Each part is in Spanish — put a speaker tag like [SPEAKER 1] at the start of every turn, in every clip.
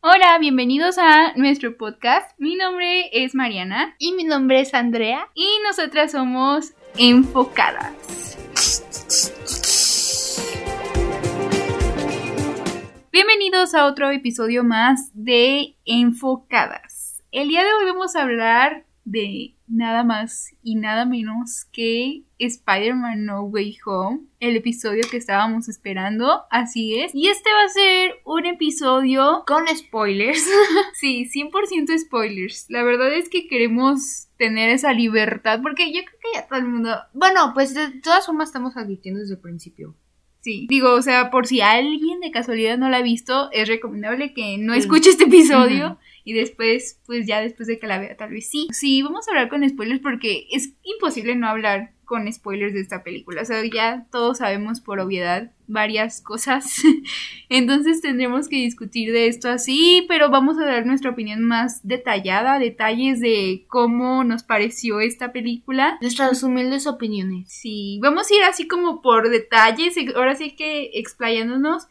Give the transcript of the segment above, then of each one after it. [SPEAKER 1] Hola, bienvenidos a nuestro podcast. Mi nombre es Mariana
[SPEAKER 2] Y mi nombre es Andrea.
[SPEAKER 1] y nosotras somos enfocadas. Bienvenidos a otro episodio más de Enfocadas. El día de hoy vamos a hablar de nada más y nada menos que Spider-Man No Way Home, el episodio que estábamos esperando, así es. Y este va a ser un episodio
[SPEAKER 2] Con spoilers.
[SPEAKER 1] Sí, 100% spoilers. La verdad es que queremos tener esa libertad porque yo creo que ya todo el mundo...
[SPEAKER 2] Bueno, pues de todas formas estamos advirtiendo desde el principio.
[SPEAKER 1] Sí, digo, o sea, por si alguien de casualidad no la ha visto, es recomendable que no escuche este episodio
[SPEAKER 2] Ujú.
[SPEAKER 1] y después, pues ya después de que la vea, tal vez sí. Sí, vamos a hablar con spoilers porque es imposible no hablar con spoilers de esta película. O sea, ya todos sabemos por obviedad varias cosas. Entonces tendremos que discutir de esto así, pero vamos a dar nuestra opinión más detallada, detalles de cómo nos pareció esta película.
[SPEAKER 2] Nuestras humildes opiniones.
[SPEAKER 1] Sí, vamos a ir así como por detalles, ex- ahora sí que explayándonos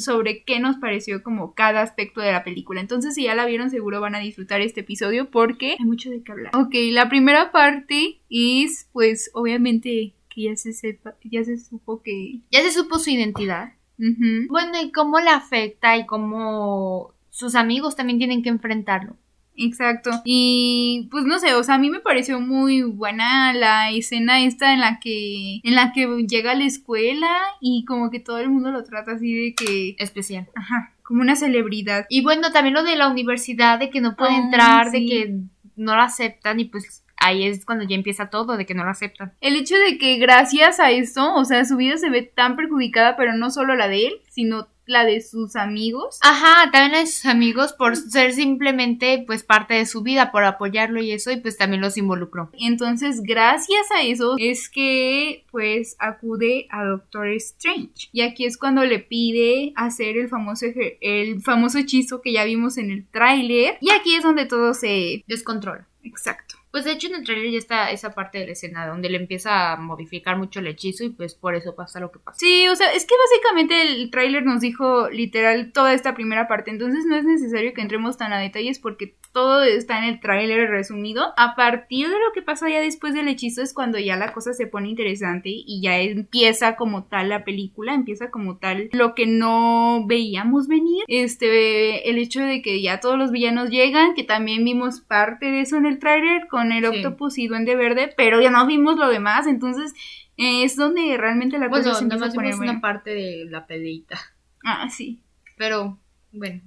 [SPEAKER 1] sobre qué nos pareció como cada aspecto de la película. Entonces, si ya la vieron, seguro van a disfrutar este episodio porque hay mucho de qué hablar. Ok, la primera parte es, pues, obviamente que ya se sepa, ya se supo que...
[SPEAKER 2] Ya se supo su identidad.
[SPEAKER 1] Ujú.
[SPEAKER 2] Bueno, y cómo la afecta y cómo sus amigos también tienen que enfrentarlo.
[SPEAKER 1] Exacto. Y pues no sé, o sea, a mí me pareció muy buena la escena esta en la que en la que llega a la escuela y como que todo el mundo lo trata así de que
[SPEAKER 2] Especial.
[SPEAKER 1] Ajá, como una celebridad.
[SPEAKER 2] Y bueno, también lo de la universidad, de que no puede
[SPEAKER 1] Ah,
[SPEAKER 2] entrar, de
[SPEAKER 1] sí.
[SPEAKER 2] que no la aceptan y pues ahí es cuando ya empieza todo, de que no la aceptan.
[SPEAKER 1] El hecho de que gracias a esto, o sea, su vida se ve tan perjudicada, pero no solo la de él, sino la de sus amigos.
[SPEAKER 2] Ajá, también a sus amigos por ser simplemente pues parte de su vida, por apoyarlo y eso, y pues también los involucró.
[SPEAKER 1] Entonces, gracias a eso es que pues acude a Doctor Strange. Y aquí es cuando le pide hacer el famoso ejer- el famoso hechizo que ya vimos en el tráiler. Y aquí es donde todo se
[SPEAKER 2] Descontrol.
[SPEAKER 1] exacto.
[SPEAKER 2] Pues de hecho en el trailer ya está esa parte de la escena donde le empieza a modificar mucho el hechizo y pues por eso pasa lo que pasa.
[SPEAKER 1] Sí, o sea, es que básicamente el tráiler nos dijo literal toda esta primera parte, entonces no es necesario que entremos tan a detalles porque todo está en el tráiler resumido. A partir de lo que pasa ya después del hechizo es cuando ya la cosa se pone interesante y ya empieza como tal la película, empieza como tal lo que no veíamos venir. Este, el hecho de que ya todos los villanos llegan, que también vimos parte de eso en el tráiler con el
[SPEAKER 2] Sí.
[SPEAKER 1] octopus y duende verde, pero ya no vimos lo demás, entonces eh, es donde realmente la
[SPEAKER 2] Bueno,
[SPEAKER 1] cosa se
[SPEAKER 2] nada
[SPEAKER 1] pues, empieza a
[SPEAKER 2] más
[SPEAKER 1] poner
[SPEAKER 2] vimos
[SPEAKER 1] buena.
[SPEAKER 2] una parte de la peleita.
[SPEAKER 1] Ah, sí.
[SPEAKER 2] Pero bueno,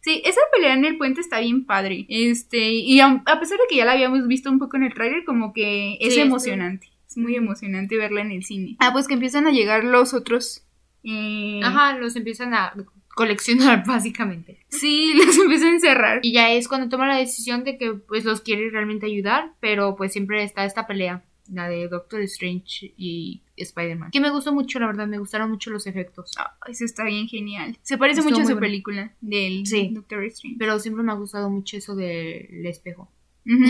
[SPEAKER 1] Sí, esa pelea en el puente está bien padre. Este, y a, a pesar de que ya la habíamos visto un poco en el tráiler, como que es
[SPEAKER 2] Sí,
[SPEAKER 1] emocionante. Es muy emocionante verla en el cine. Ah, pues que empiezan a llegar los otros. eh,
[SPEAKER 2] ajá, los empiezan a coleccionar básicamente.
[SPEAKER 1] Sí, los empiezan a encerrar.
[SPEAKER 2] Y ya es cuando toma la decisión de que pues los quiere realmente ayudar, pero pues siempre está esta pelea, la de Doctor Strange y Spider-Man. Que me gustó mucho, la verdad, me gustaron mucho los efectos.
[SPEAKER 1] Eso está bien genial. Se parece
[SPEAKER 2] Estuvo
[SPEAKER 1] mucho a
[SPEAKER 2] muy
[SPEAKER 1] su
[SPEAKER 2] bueno.
[SPEAKER 1] película del
[SPEAKER 2] Sí.
[SPEAKER 1] Doctor Strange.
[SPEAKER 2] Pero siempre me ha gustado mucho eso del espejo.
[SPEAKER 1] Ujú.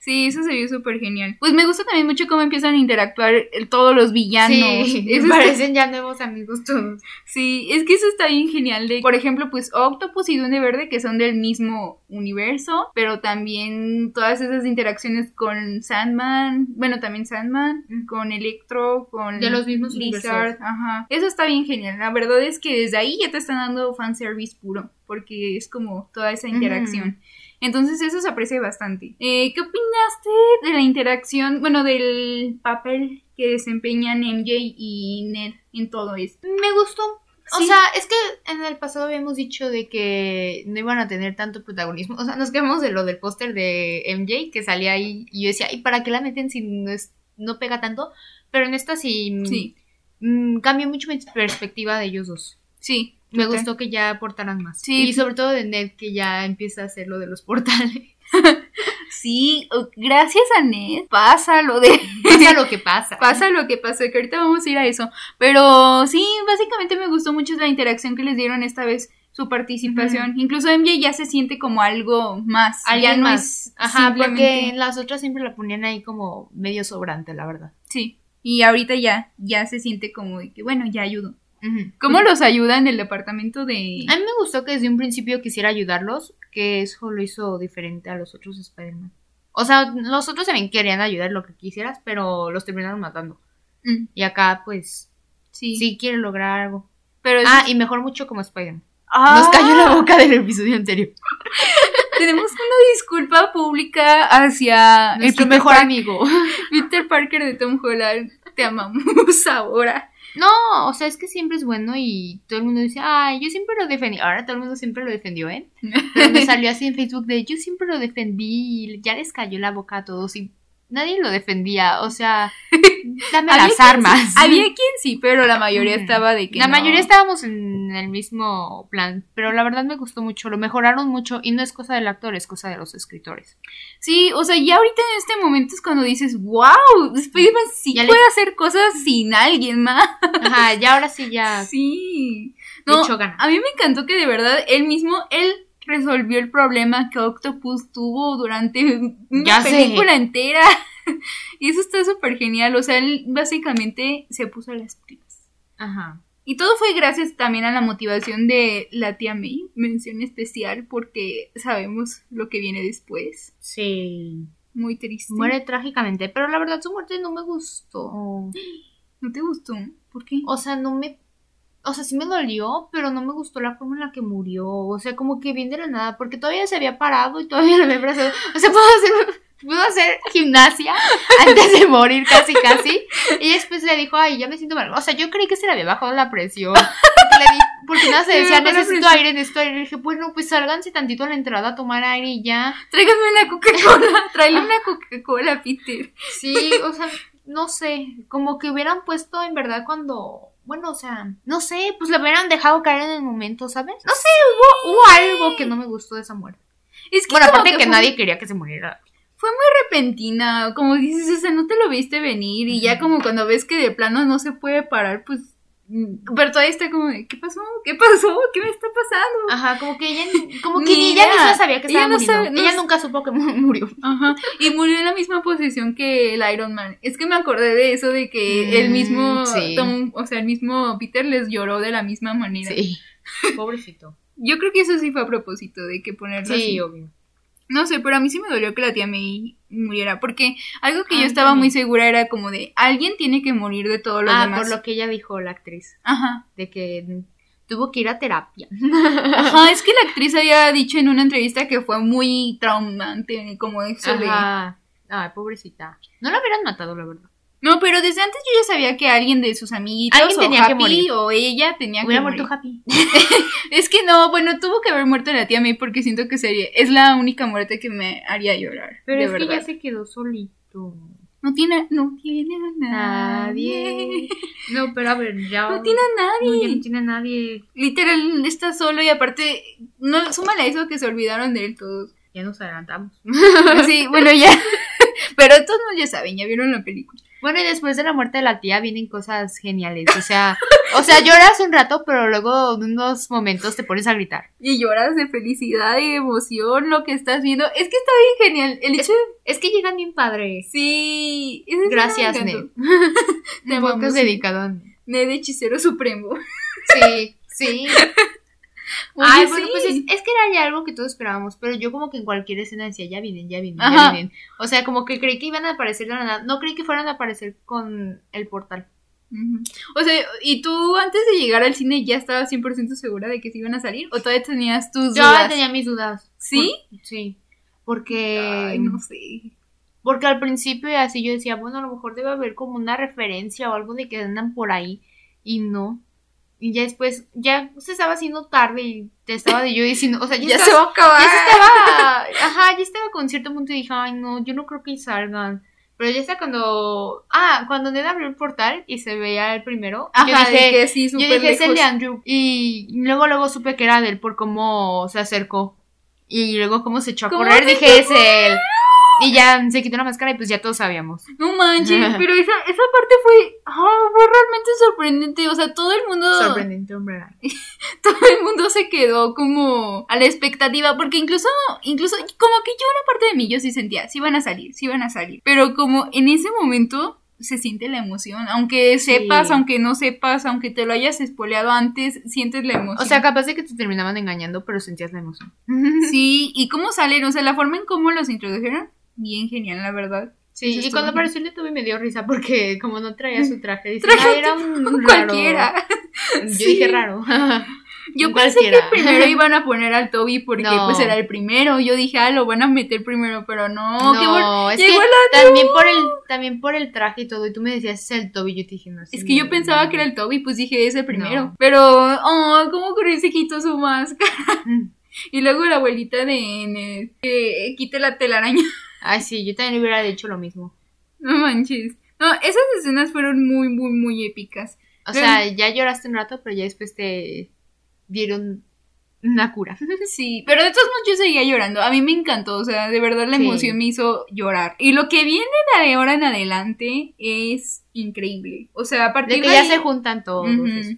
[SPEAKER 1] Sí, eso se vio súper genial. Pues me gusta también mucho cómo empiezan a interactuar eh, todos los villanos.
[SPEAKER 2] sí,
[SPEAKER 1] Eso está-
[SPEAKER 2] parecen ya nuevos amigos todos.
[SPEAKER 1] Sí, es que eso está bien genial. De, por ejemplo, pues Octopus y Duende Verde, que son del mismo universo, pero también todas esas interacciones con Sandman, bueno, también Sandman, con Electro, con
[SPEAKER 2] De los mismos
[SPEAKER 1] Lizard, ajá. Eso está bien genial. La verdad es que desde ahí ya te están dando fanservice puro, porque es como toda esa interacción. Entonces eso se aprecia bastante. Eh, ¿Qué opinaste de la interacción, bueno, del papel que desempeñan MJ y Ned en todo esto?
[SPEAKER 2] Me gustó. O
[SPEAKER 1] Sí.
[SPEAKER 2] sea, es que en el pasado habíamos dicho de que no iban a tener tanto protagonismo. O sea, nos quedamos de lo del póster de MJ que salía ahí y yo decía, ¿y para qué la meten si no, es- no pega tanto? Pero en esta sí,
[SPEAKER 1] Sí,
[SPEAKER 2] mm, cambió mucho mi perspectiva de ellos dos.
[SPEAKER 1] sí.
[SPEAKER 2] Me
[SPEAKER 1] total.
[SPEAKER 2] gustó que ya aportaran más.
[SPEAKER 1] Sí.
[SPEAKER 2] Y sobre todo de Ned que ya empieza a hacer lo de los portales.
[SPEAKER 1] Sí, o- gracias a Ned pasa lo de...
[SPEAKER 2] pasa lo que pasa.
[SPEAKER 1] Pasa lo que pasó, que ahorita vamos a ir a eso. Pero sí, básicamente me gustó mucho la interacción que les dieron esta vez, su participación. Incluso MJ ya se siente como algo más.
[SPEAKER 2] Alguien
[SPEAKER 1] ya no
[SPEAKER 2] más.
[SPEAKER 1] es
[SPEAKER 2] Ajá, porque
[SPEAKER 1] simplemente-
[SPEAKER 2] en las otras siempre la ponían ahí como medio sobrante, la verdad.
[SPEAKER 1] Sí, y ahorita ya, ya se siente como de que, bueno, ya ayudo.
[SPEAKER 2] Ujú. Ah,
[SPEAKER 1] ¿Cómo los ayuda en el departamento de...
[SPEAKER 2] A mí me gustó que desde un principio quisiera ayudarlos, que eso lo hizo diferente a los otros Spider-Man. O sea, los otros también querían ayudar lo que quisieras, pero los terminaron matando.
[SPEAKER 1] Mm,
[SPEAKER 2] Y acá, pues,
[SPEAKER 1] sí.
[SPEAKER 2] sí quiere lograr algo.
[SPEAKER 1] Pero es-
[SPEAKER 2] Ah, y mejor mucho como Spider-Man.
[SPEAKER 1] ¡Ah!
[SPEAKER 2] Nos cayó la boca del episodio anterior.
[SPEAKER 1] Tenemos una disculpa pública hacia el
[SPEAKER 2] Nuestro
[SPEAKER 1] Peter
[SPEAKER 2] mejor
[SPEAKER 1] Parker-
[SPEAKER 2] amigo.
[SPEAKER 1] Peter Parker de Tom Holland. Te amamos ahora.
[SPEAKER 2] No, o sea, es que siempre es bueno y todo el mundo dice, ay, yo siempre lo defendí. Ahora todo el mundo siempre lo defendió, ¿eh? Pero me salió así en Facebook de, yo siempre lo defendí, y ya les cayó la boca a todos y nadie lo defendía, o sea, dame
[SPEAKER 1] Había
[SPEAKER 2] las
[SPEAKER 1] quien
[SPEAKER 2] armas.
[SPEAKER 1] sí- había quien sí, pero la mayoría
[SPEAKER 2] Ujú.
[SPEAKER 1] estaba de que
[SPEAKER 2] La
[SPEAKER 1] no.
[SPEAKER 2] mayoría estábamos en el mismo plan, pero la verdad me gustó mucho, lo mejoraron mucho y no es cosa del actor, es cosa de los escritores.
[SPEAKER 1] Sí, o sea, ya ahorita en este momento es cuando dices, wow, Spider-Man sí
[SPEAKER 2] Ya le-
[SPEAKER 1] puede hacer cosas sin alguien más.
[SPEAKER 2] Ajá, ya ahora sí ya
[SPEAKER 1] Sí.
[SPEAKER 2] le
[SPEAKER 1] No,
[SPEAKER 2] echó ganas.
[SPEAKER 1] A mí me encantó que de verdad él mismo, él resolvió el problema que Octopus tuvo durante una
[SPEAKER 2] Ya sé.
[SPEAKER 1] película entera. Y eso está súper genial. O sea, él básicamente se puso las pilas.
[SPEAKER 2] Ajá.
[SPEAKER 1] Y todo fue gracias también a la motivación de la tía May, mención especial, porque sabemos lo que viene después.
[SPEAKER 2] Sí.
[SPEAKER 1] Muy triste.
[SPEAKER 2] Muere trágicamente, pero la verdad su muerte no me gustó.
[SPEAKER 1] ¿No te gustó? ¿Por qué?
[SPEAKER 2] O sea, no me. O sea, sí me dolió, pero no me gustó la forma en la que murió. O sea, como que bien de la nada, porque todavía se había parado y todavía lo había abrazado. O sea, puedo hacer, puedo hacer gimnasia antes de morir, casi, casi. Y después le dijo, ay, ya me siento mal. O sea, yo creí que se le había bajado la presión. Porque, le di- porque nada, se
[SPEAKER 1] Se le
[SPEAKER 2] decía,
[SPEAKER 1] bajó la
[SPEAKER 2] necesito
[SPEAKER 1] presión".
[SPEAKER 2] aire, necesito aire. Y dije, bueno, pues sálganse tantito a la entrada a tomar aire y ya.
[SPEAKER 1] Tráigame una Coca-Cola. Tráele una Coca-Cola, Peter.
[SPEAKER 2] Sí, o sea, no sé, como que hubieran puesto en verdad cuando, bueno, o sea, no sé, pues la hubieran dejado caer en el momento, ¿sabes? No sé, hubo, hubo algo que no me gustó de esa muerte.
[SPEAKER 1] Es que
[SPEAKER 2] Bueno,
[SPEAKER 1] como
[SPEAKER 2] aparte que,
[SPEAKER 1] fue-
[SPEAKER 2] nadie quería que se muriera.
[SPEAKER 1] repentina, como dices, o sea, no te lo viste venir y ya como cuando ves que de plano no se puede parar, pues, mm, pero todavía está como, de, ¿qué pasó? ¿Qué pasó? ¿Qué me está pasando?
[SPEAKER 2] Ajá, como que ella, como que
[SPEAKER 1] Ni
[SPEAKER 2] ni ella
[SPEAKER 1] idea.
[SPEAKER 2] misma sabía que
[SPEAKER 1] Ella
[SPEAKER 2] estaba
[SPEAKER 1] no
[SPEAKER 2] muriendo.
[SPEAKER 1] sabe- no
[SPEAKER 2] ella
[SPEAKER 1] s-
[SPEAKER 2] nunca supo que mu- murió.
[SPEAKER 1] Ajá. Y murió en la misma posición que el Iron Man. Es que me acordé de eso de que
[SPEAKER 2] Mm,
[SPEAKER 1] el mismo
[SPEAKER 2] sí.
[SPEAKER 1] Tom, o sea, el mismo Peter les lloró de la misma manera.
[SPEAKER 2] Sí. Pobrecito.
[SPEAKER 1] Yo creo que eso sí fue a propósito de que ponerlo así.
[SPEAKER 2] Sí, obvio.
[SPEAKER 1] No sé, pero a mí sí me dolió que la tía May muriera, porque algo que
[SPEAKER 2] A
[SPEAKER 1] yo
[SPEAKER 2] mí
[SPEAKER 1] estaba
[SPEAKER 2] también.
[SPEAKER 1] muy segura era como de alguien tiene que morir de todos los
[SPEAKER 2] Ah,
[SPEAKER 1] demás.
[SPEAKER 2] por lo que ella dijo la actriz,
[SPEAKER 1] Ajá.
[SPEAKER 2] de que tuvo que ir a terapia.
[SPEAKER 1] Ajá, es que la actriz había dicho en una entrevista que fue muy traumante, como eso de-
[SPEAKER 2] Ajá. Ay, pobrecita. No la hubieran matado, la verdad.
[SPEAKER 1] No, pero desde antes yo ya sabía que alguien de sus amiguitos
[SPEAKER 2] Alguien
[SPEAKER 1] o
[SPEAKER 2] tenía que
[SPEAKER 1] Happy
[SPEAKER 2] morir.
[SPEAKER 1] o ella tenía que
[SPEAKER 2] Hubiera
[SPEAKER 1] morir.
[SPEAKER 2] muerto Happy.
[SPEAKER 1] Es que no, bueno, tuvo que haber muerto la tía May porque siento que sería es la única muerte que me haría llorar,
[SPEAKER 2] Pero
[SPEAKER 1] de
[SPEAKER 2] es que
[SPEAKER 1] verdad.
[SPEAKER 2] ya se quedó solito.
[SPEAKER 1] No tiene no tiene a nadie.
[SPEAKER 2] No, pero a ver, ya.
[SPEAKER 1] No tiene a nadie.
[SPEAKER 2] No, ya no tiene a nadie.
[SPEAKER 1] Literal está solo y aparte no súmale a eso que se olvidaron de él todos. Pues
[SPEAKER 2] Ya nos adelantamos.
[SPEAKER 1] Sí, bueno, ya. Pero todos ya saben, ya vieron la película.
[SPEAKER 2] Bueno, y después de la muerte de la tía vienen cosas geniales. O sea, o sea, lloras un rato, pero luego en unos momentos te pones a gritar.
[SPEAKER 1] y lloras de felicidad y de emoción lo que estás viendo. Es que está bien genial. El hecho
[SPEAKER 2] Es que llegan bien padres.
[SPEAKER 1] Sí. esa escena me
[SPEAKER 2] Gracias, Ned.
[SPEAKER 1] encantó.
[SPEAKER 2] Te
[SPEAKER 1] amamos.
[SPEAKER 2] podcast dedicado a Ned.
[SPEAKER 1] Ned Hechicero Supremo.
[SPEAKER 2] Sí, sí. Ay,
[SPEAKER 1] Oye,
[SPEAKER 2] bueno,
[SPEAKER 1] sí.
[SPEAKER 2] pues es, es que era ya algo que todos esperábamos, pero yo como que en cualquier escena decía, ya vienen, ya vienen, ya
[SPEAKER 1] Ajá.
[SPEAKER 2] vienen. O sea, como que creí que iban a aparecer de la nada. No creí que fueran a aparecer con el portal.
[SPEAKER 1] Ujú. O sea, ¿y tú antes de llegar al cine ya estabas 100% segura de que se iban a salir? ¿O todavía tenías tus
[SPEAKER 2] Yo
[SPEAKER 1] dudas?
[SPEAKER 2] tenía mis dudas.
[SPEAKER 1] ¿Sí?
[SPEAKER 2] Por- sí. Porque,
[SPEAKER 1] Ay, no sé.
[SPEAKER 2] porque al principio y así yo decía, bueno, a lo mejor debe haber como una referencia o algo de que andan por ahí. Y no. Y ya después, ya se estaba haciendo tarde y te estaba de yo diciendo, o sea, ya,
[SPEAKER 1] Ya
[SPEAKER 2] estaba-
[SPEAKER 1] se va a acabar.
[SPEAKER 2] Ya se estaba, ajá, ya estaba con cierto punto y dije, ay no, yo no creo que salgan. Pero ya está cuando, ah, cuando Ned abrió el portal y se veía el primero,
[SPEAKER 1] Ajá, de
[SPEAKER 2] yo dije,
[SPEAKER 1] que sí,
[SPEAKER 2] yo
[SPEAKER 1] súper
[SPEAKER 2] dije es el de
[SPEAKER 1] lejos.
[SPEAKER 2] Andrew. Y luego, luego supe que era de él por cómo se acercó. Y luego cómo se echó a
[SPEAKER 1] ¿Cómo
[SPEAKER 2] correr,
[SPEAKER 1] se
[SPEAKER 2] dije, es él. Y ya se quitó la máscara y pues ya todos sabíamos.
[SPEAKER 1] No manches, pero esa, esa parte fue, ah, fue realmente sorprendente. O sea, todo el mundo...
[SPEAKER 2] Sorprendente, hombre.
[SPEAKER 1] todo el mundo se quedó como a la expectativa, porque incluso, incluso, como que yo una parte de mí, yo sí sentía, sí van a salir, sí van a salir, pero como en ese momento se siente la emoción. Aunque sepas, aunque no sepas, aunque te lo hayas spoileado antes, sientes la emoción.
[SPEAKER 2] O sea, capaz de que te terminaban engañando, pero sentías la emoción.
[SPEAKER 1] sí, y cómo salen, o sea, la forma en cómo los introdujeron, bien genial, la verdad.
[SPEAKER 2] Sí,
[SPEAKER 1] Eso
[SPEAKER 2] y cuando
[SPEAKER 1] estuvo-
[SPEAKER 2] apareció el YouTube me dio risa porque como no traía su traje, dice,
[SPEAKER 1] Traje
[SPEAKER 2] "Ah, era un raro".
[SPEAKER 1] Cualquiera.
[SPEAKER 2] Yo
[SPEAKER 1] Sí.
[SPEAKER 2] dije raro.
[SPEAKER 1] Yo
[SPEAKER 2] Cualquiera.
[SPEAKER 1] pensé que primero iban a poner al Toby porque
[SPEAKER 2] No.
[SPEAKER 1] pues era el primero. Yo dije, ah, lo van a meter primero, pero no. qué bueno.
[SPEAKER 2] no, es que
[SPEAKER 1] llegó
[SPEAKER 2] también por el también por el traje y todo y tú me decías "Es el Toby, yo te dije no.
[SPEAKER 1] Es que yo pensaba que era el Toby, pues dije, es el primero.
[SPEAKER 2] No.
[SPEAKER 1] Pero, oh, cómo Chris se quitó su máscara.
[SPEAKER 2] Mm.
[SPEAKER 1] Y luego la abuelita de N, que quite la telaraña.
[SPEAKER 2] Ay, sí, yo también hubiera dicho lo mismo.
[SPEAKER 1] No manches. No, esas escenas fueron muy, muy, muy épicas.
[SPEAKER 2] O sea, ya lloraste un rato, pero ya después te dieron una cura.
[SPEAKER 1] Sí, pero de todos modos yo seguía llorando. A mí me encantó, o sea, de verdad la
[SPEAKER 2] Sí.
[SPEAKER 1] emoción me hizo llorar. Y lo que viene de ahora en adelante es increíble. O sea, a
[SPEAKER 2] De
[SPEAKER 1] partir de,
[SPEAKER 2] que ya
[SPEAKER 1] ahí-
[SPEAKER 2] se juntan todos.
[SPEAKER 1] Ujú.
[SPEAKER 2] eso.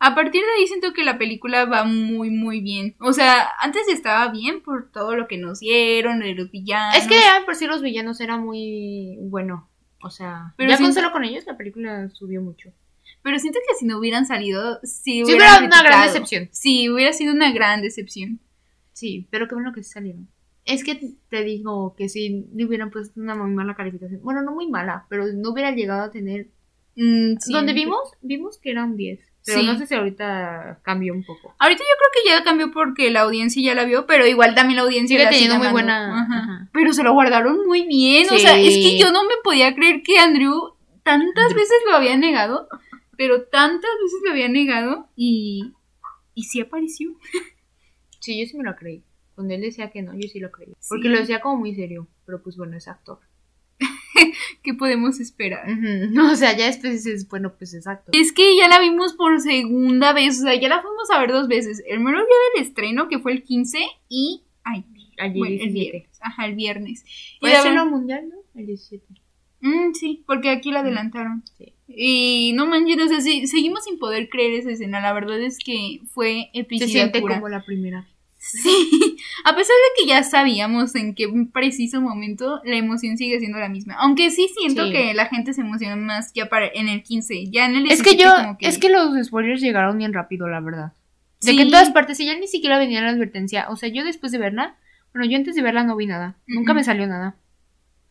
[SPEAKER 1] A partir de ahí siento que la película va muy, muy bien. O sea, antes estaba bien por todo lo que nos dieron, de los villanos.
[SPEAKER 2] Es que ya por sí los villanos era muy bueno. O sea,
[SPEAKER 1] Pero
[SPEAKER 2] ya
[SPEAKER 1] sí-
[SPEAKER 2] con solo con ellos la película subió mucho.
[SPEAKER 1] Pero siento que si no hubieran salido, sí
[SPEAKER 2] Sí,
[SPEAKER 1] hubieran
[SPEAKER 2] hubiera una gran
[SPEAKER 1] criticado.
[SPEAKER 2] decepción.
[SPEAKER 1] Sí, hubiera sido una gran decepción.
[SPEAKER 2] Sí, pero qué bueno que sí salieron. Es que te- te digo que si le hubieran puesto una muy mala calificación. Bueno, no muy mala, pero no hubiera llegado a tener.
[SPEAKER 1] Mm, sí.
[SPEAKER 2] Donde vimos, vimos que era un 10. Pero
[SPEAKER 1] Sí.
[SPEAKER 2] no sé si ahorita cambió un poco.
[SPEAKER 1] Ahorita yo creo que ya cambió porque la audiencia ya la vio, pero igual también la audiencia
[SPEAKER 2] Sigue
[SPEAKER 1] la
[SPEAKER 2] teniendo muy
[SPEAKER 1] amando.
[SPEAKER 2] buena.
[SPEAKER 1] Ajá.
[SPEAKER 2] ajá.
[SPEAKER 1] Pero se lo guardaron muy bien. O sea, es que
[SPEAKER 2] Sí.
[SPEAKER 1] yo no me podía creer que Andrew tantas
[SPEAKER 2] Andrew.
[SPEAKER 1] veces lo había negado, pero tantas veces lo había negado y. Y sí apareció.
[SPEAKER 2] Sí, yo sí me lo creí. Cuando él decía que no, yo sí lo creí.
[SPEAKER 1] Sí.
[SPEAKER 2] Porque lo decía como muy serio. Pero pues bueno, es actor.
[SPEAKER 1] ¿Qué podemos esperar?
[SPEAKER 2] Ujú, no, O sea, ya después dices, bueno, pues es actor.
[SPEAKER 1] Es que ya la vimos por segunda vez, o sea, ya la fuimos a ver dos veces. El mero día del estreno, que fue el 15, y. Ay,
[SPEAKER 2] Ayer
[SPEAKER 1] bueno, el
[SPEAKER 2] 17.
[SPEAKER 1] viernes. Ajá, el viernes. Y
[SPEAKER 2] Fue
[SPEAKER 1] la
[SPEAKER 2] el
[SPEAKER 1] ver-
[SPEAKER 2] lo mundial, ¿no? El 17.
[SPEAKER 1] Mm, sí, porque aquí la adelantaron.
[SPEAKER 2] Sí.
[SPEAKER 1] Y no manches, o sea, sí, seguimos sin poder creer esa escena. La verdad es que fue
[SPEAKER 2] Se
[SPEAKER 1] epicidad
[SPEAKER 2] siente
[SPEAKER 1] pura.
[SPEAKER 2] como la primera vez.
[SPEAKER 1] Sí, a pesar de que ya sabíamos en qué preciso momento, la emoción sigue siendo la misma. Aunque sí siento
[SPEAKER 2] Sí.
[SPEAKER 1] que la gente se emociona más ya para en el 15, ya en el
[SPEAKER 2] Es que yo,
[SPEAKER 1] 17 como
[SPEAKER 2] es que los spoilers llegaron bien rápido, la verdad. De que
[SPEAKER 1] Sí.
[SPEAKER 2] en todas partes, y ya ni siquiera venía la advertencia. O sea, yo después de verla, bueno, yo antes de verla no vi nada. Nunca
[SPEAKER 1] Ujú.
[SPEAKER 2] me salió nada.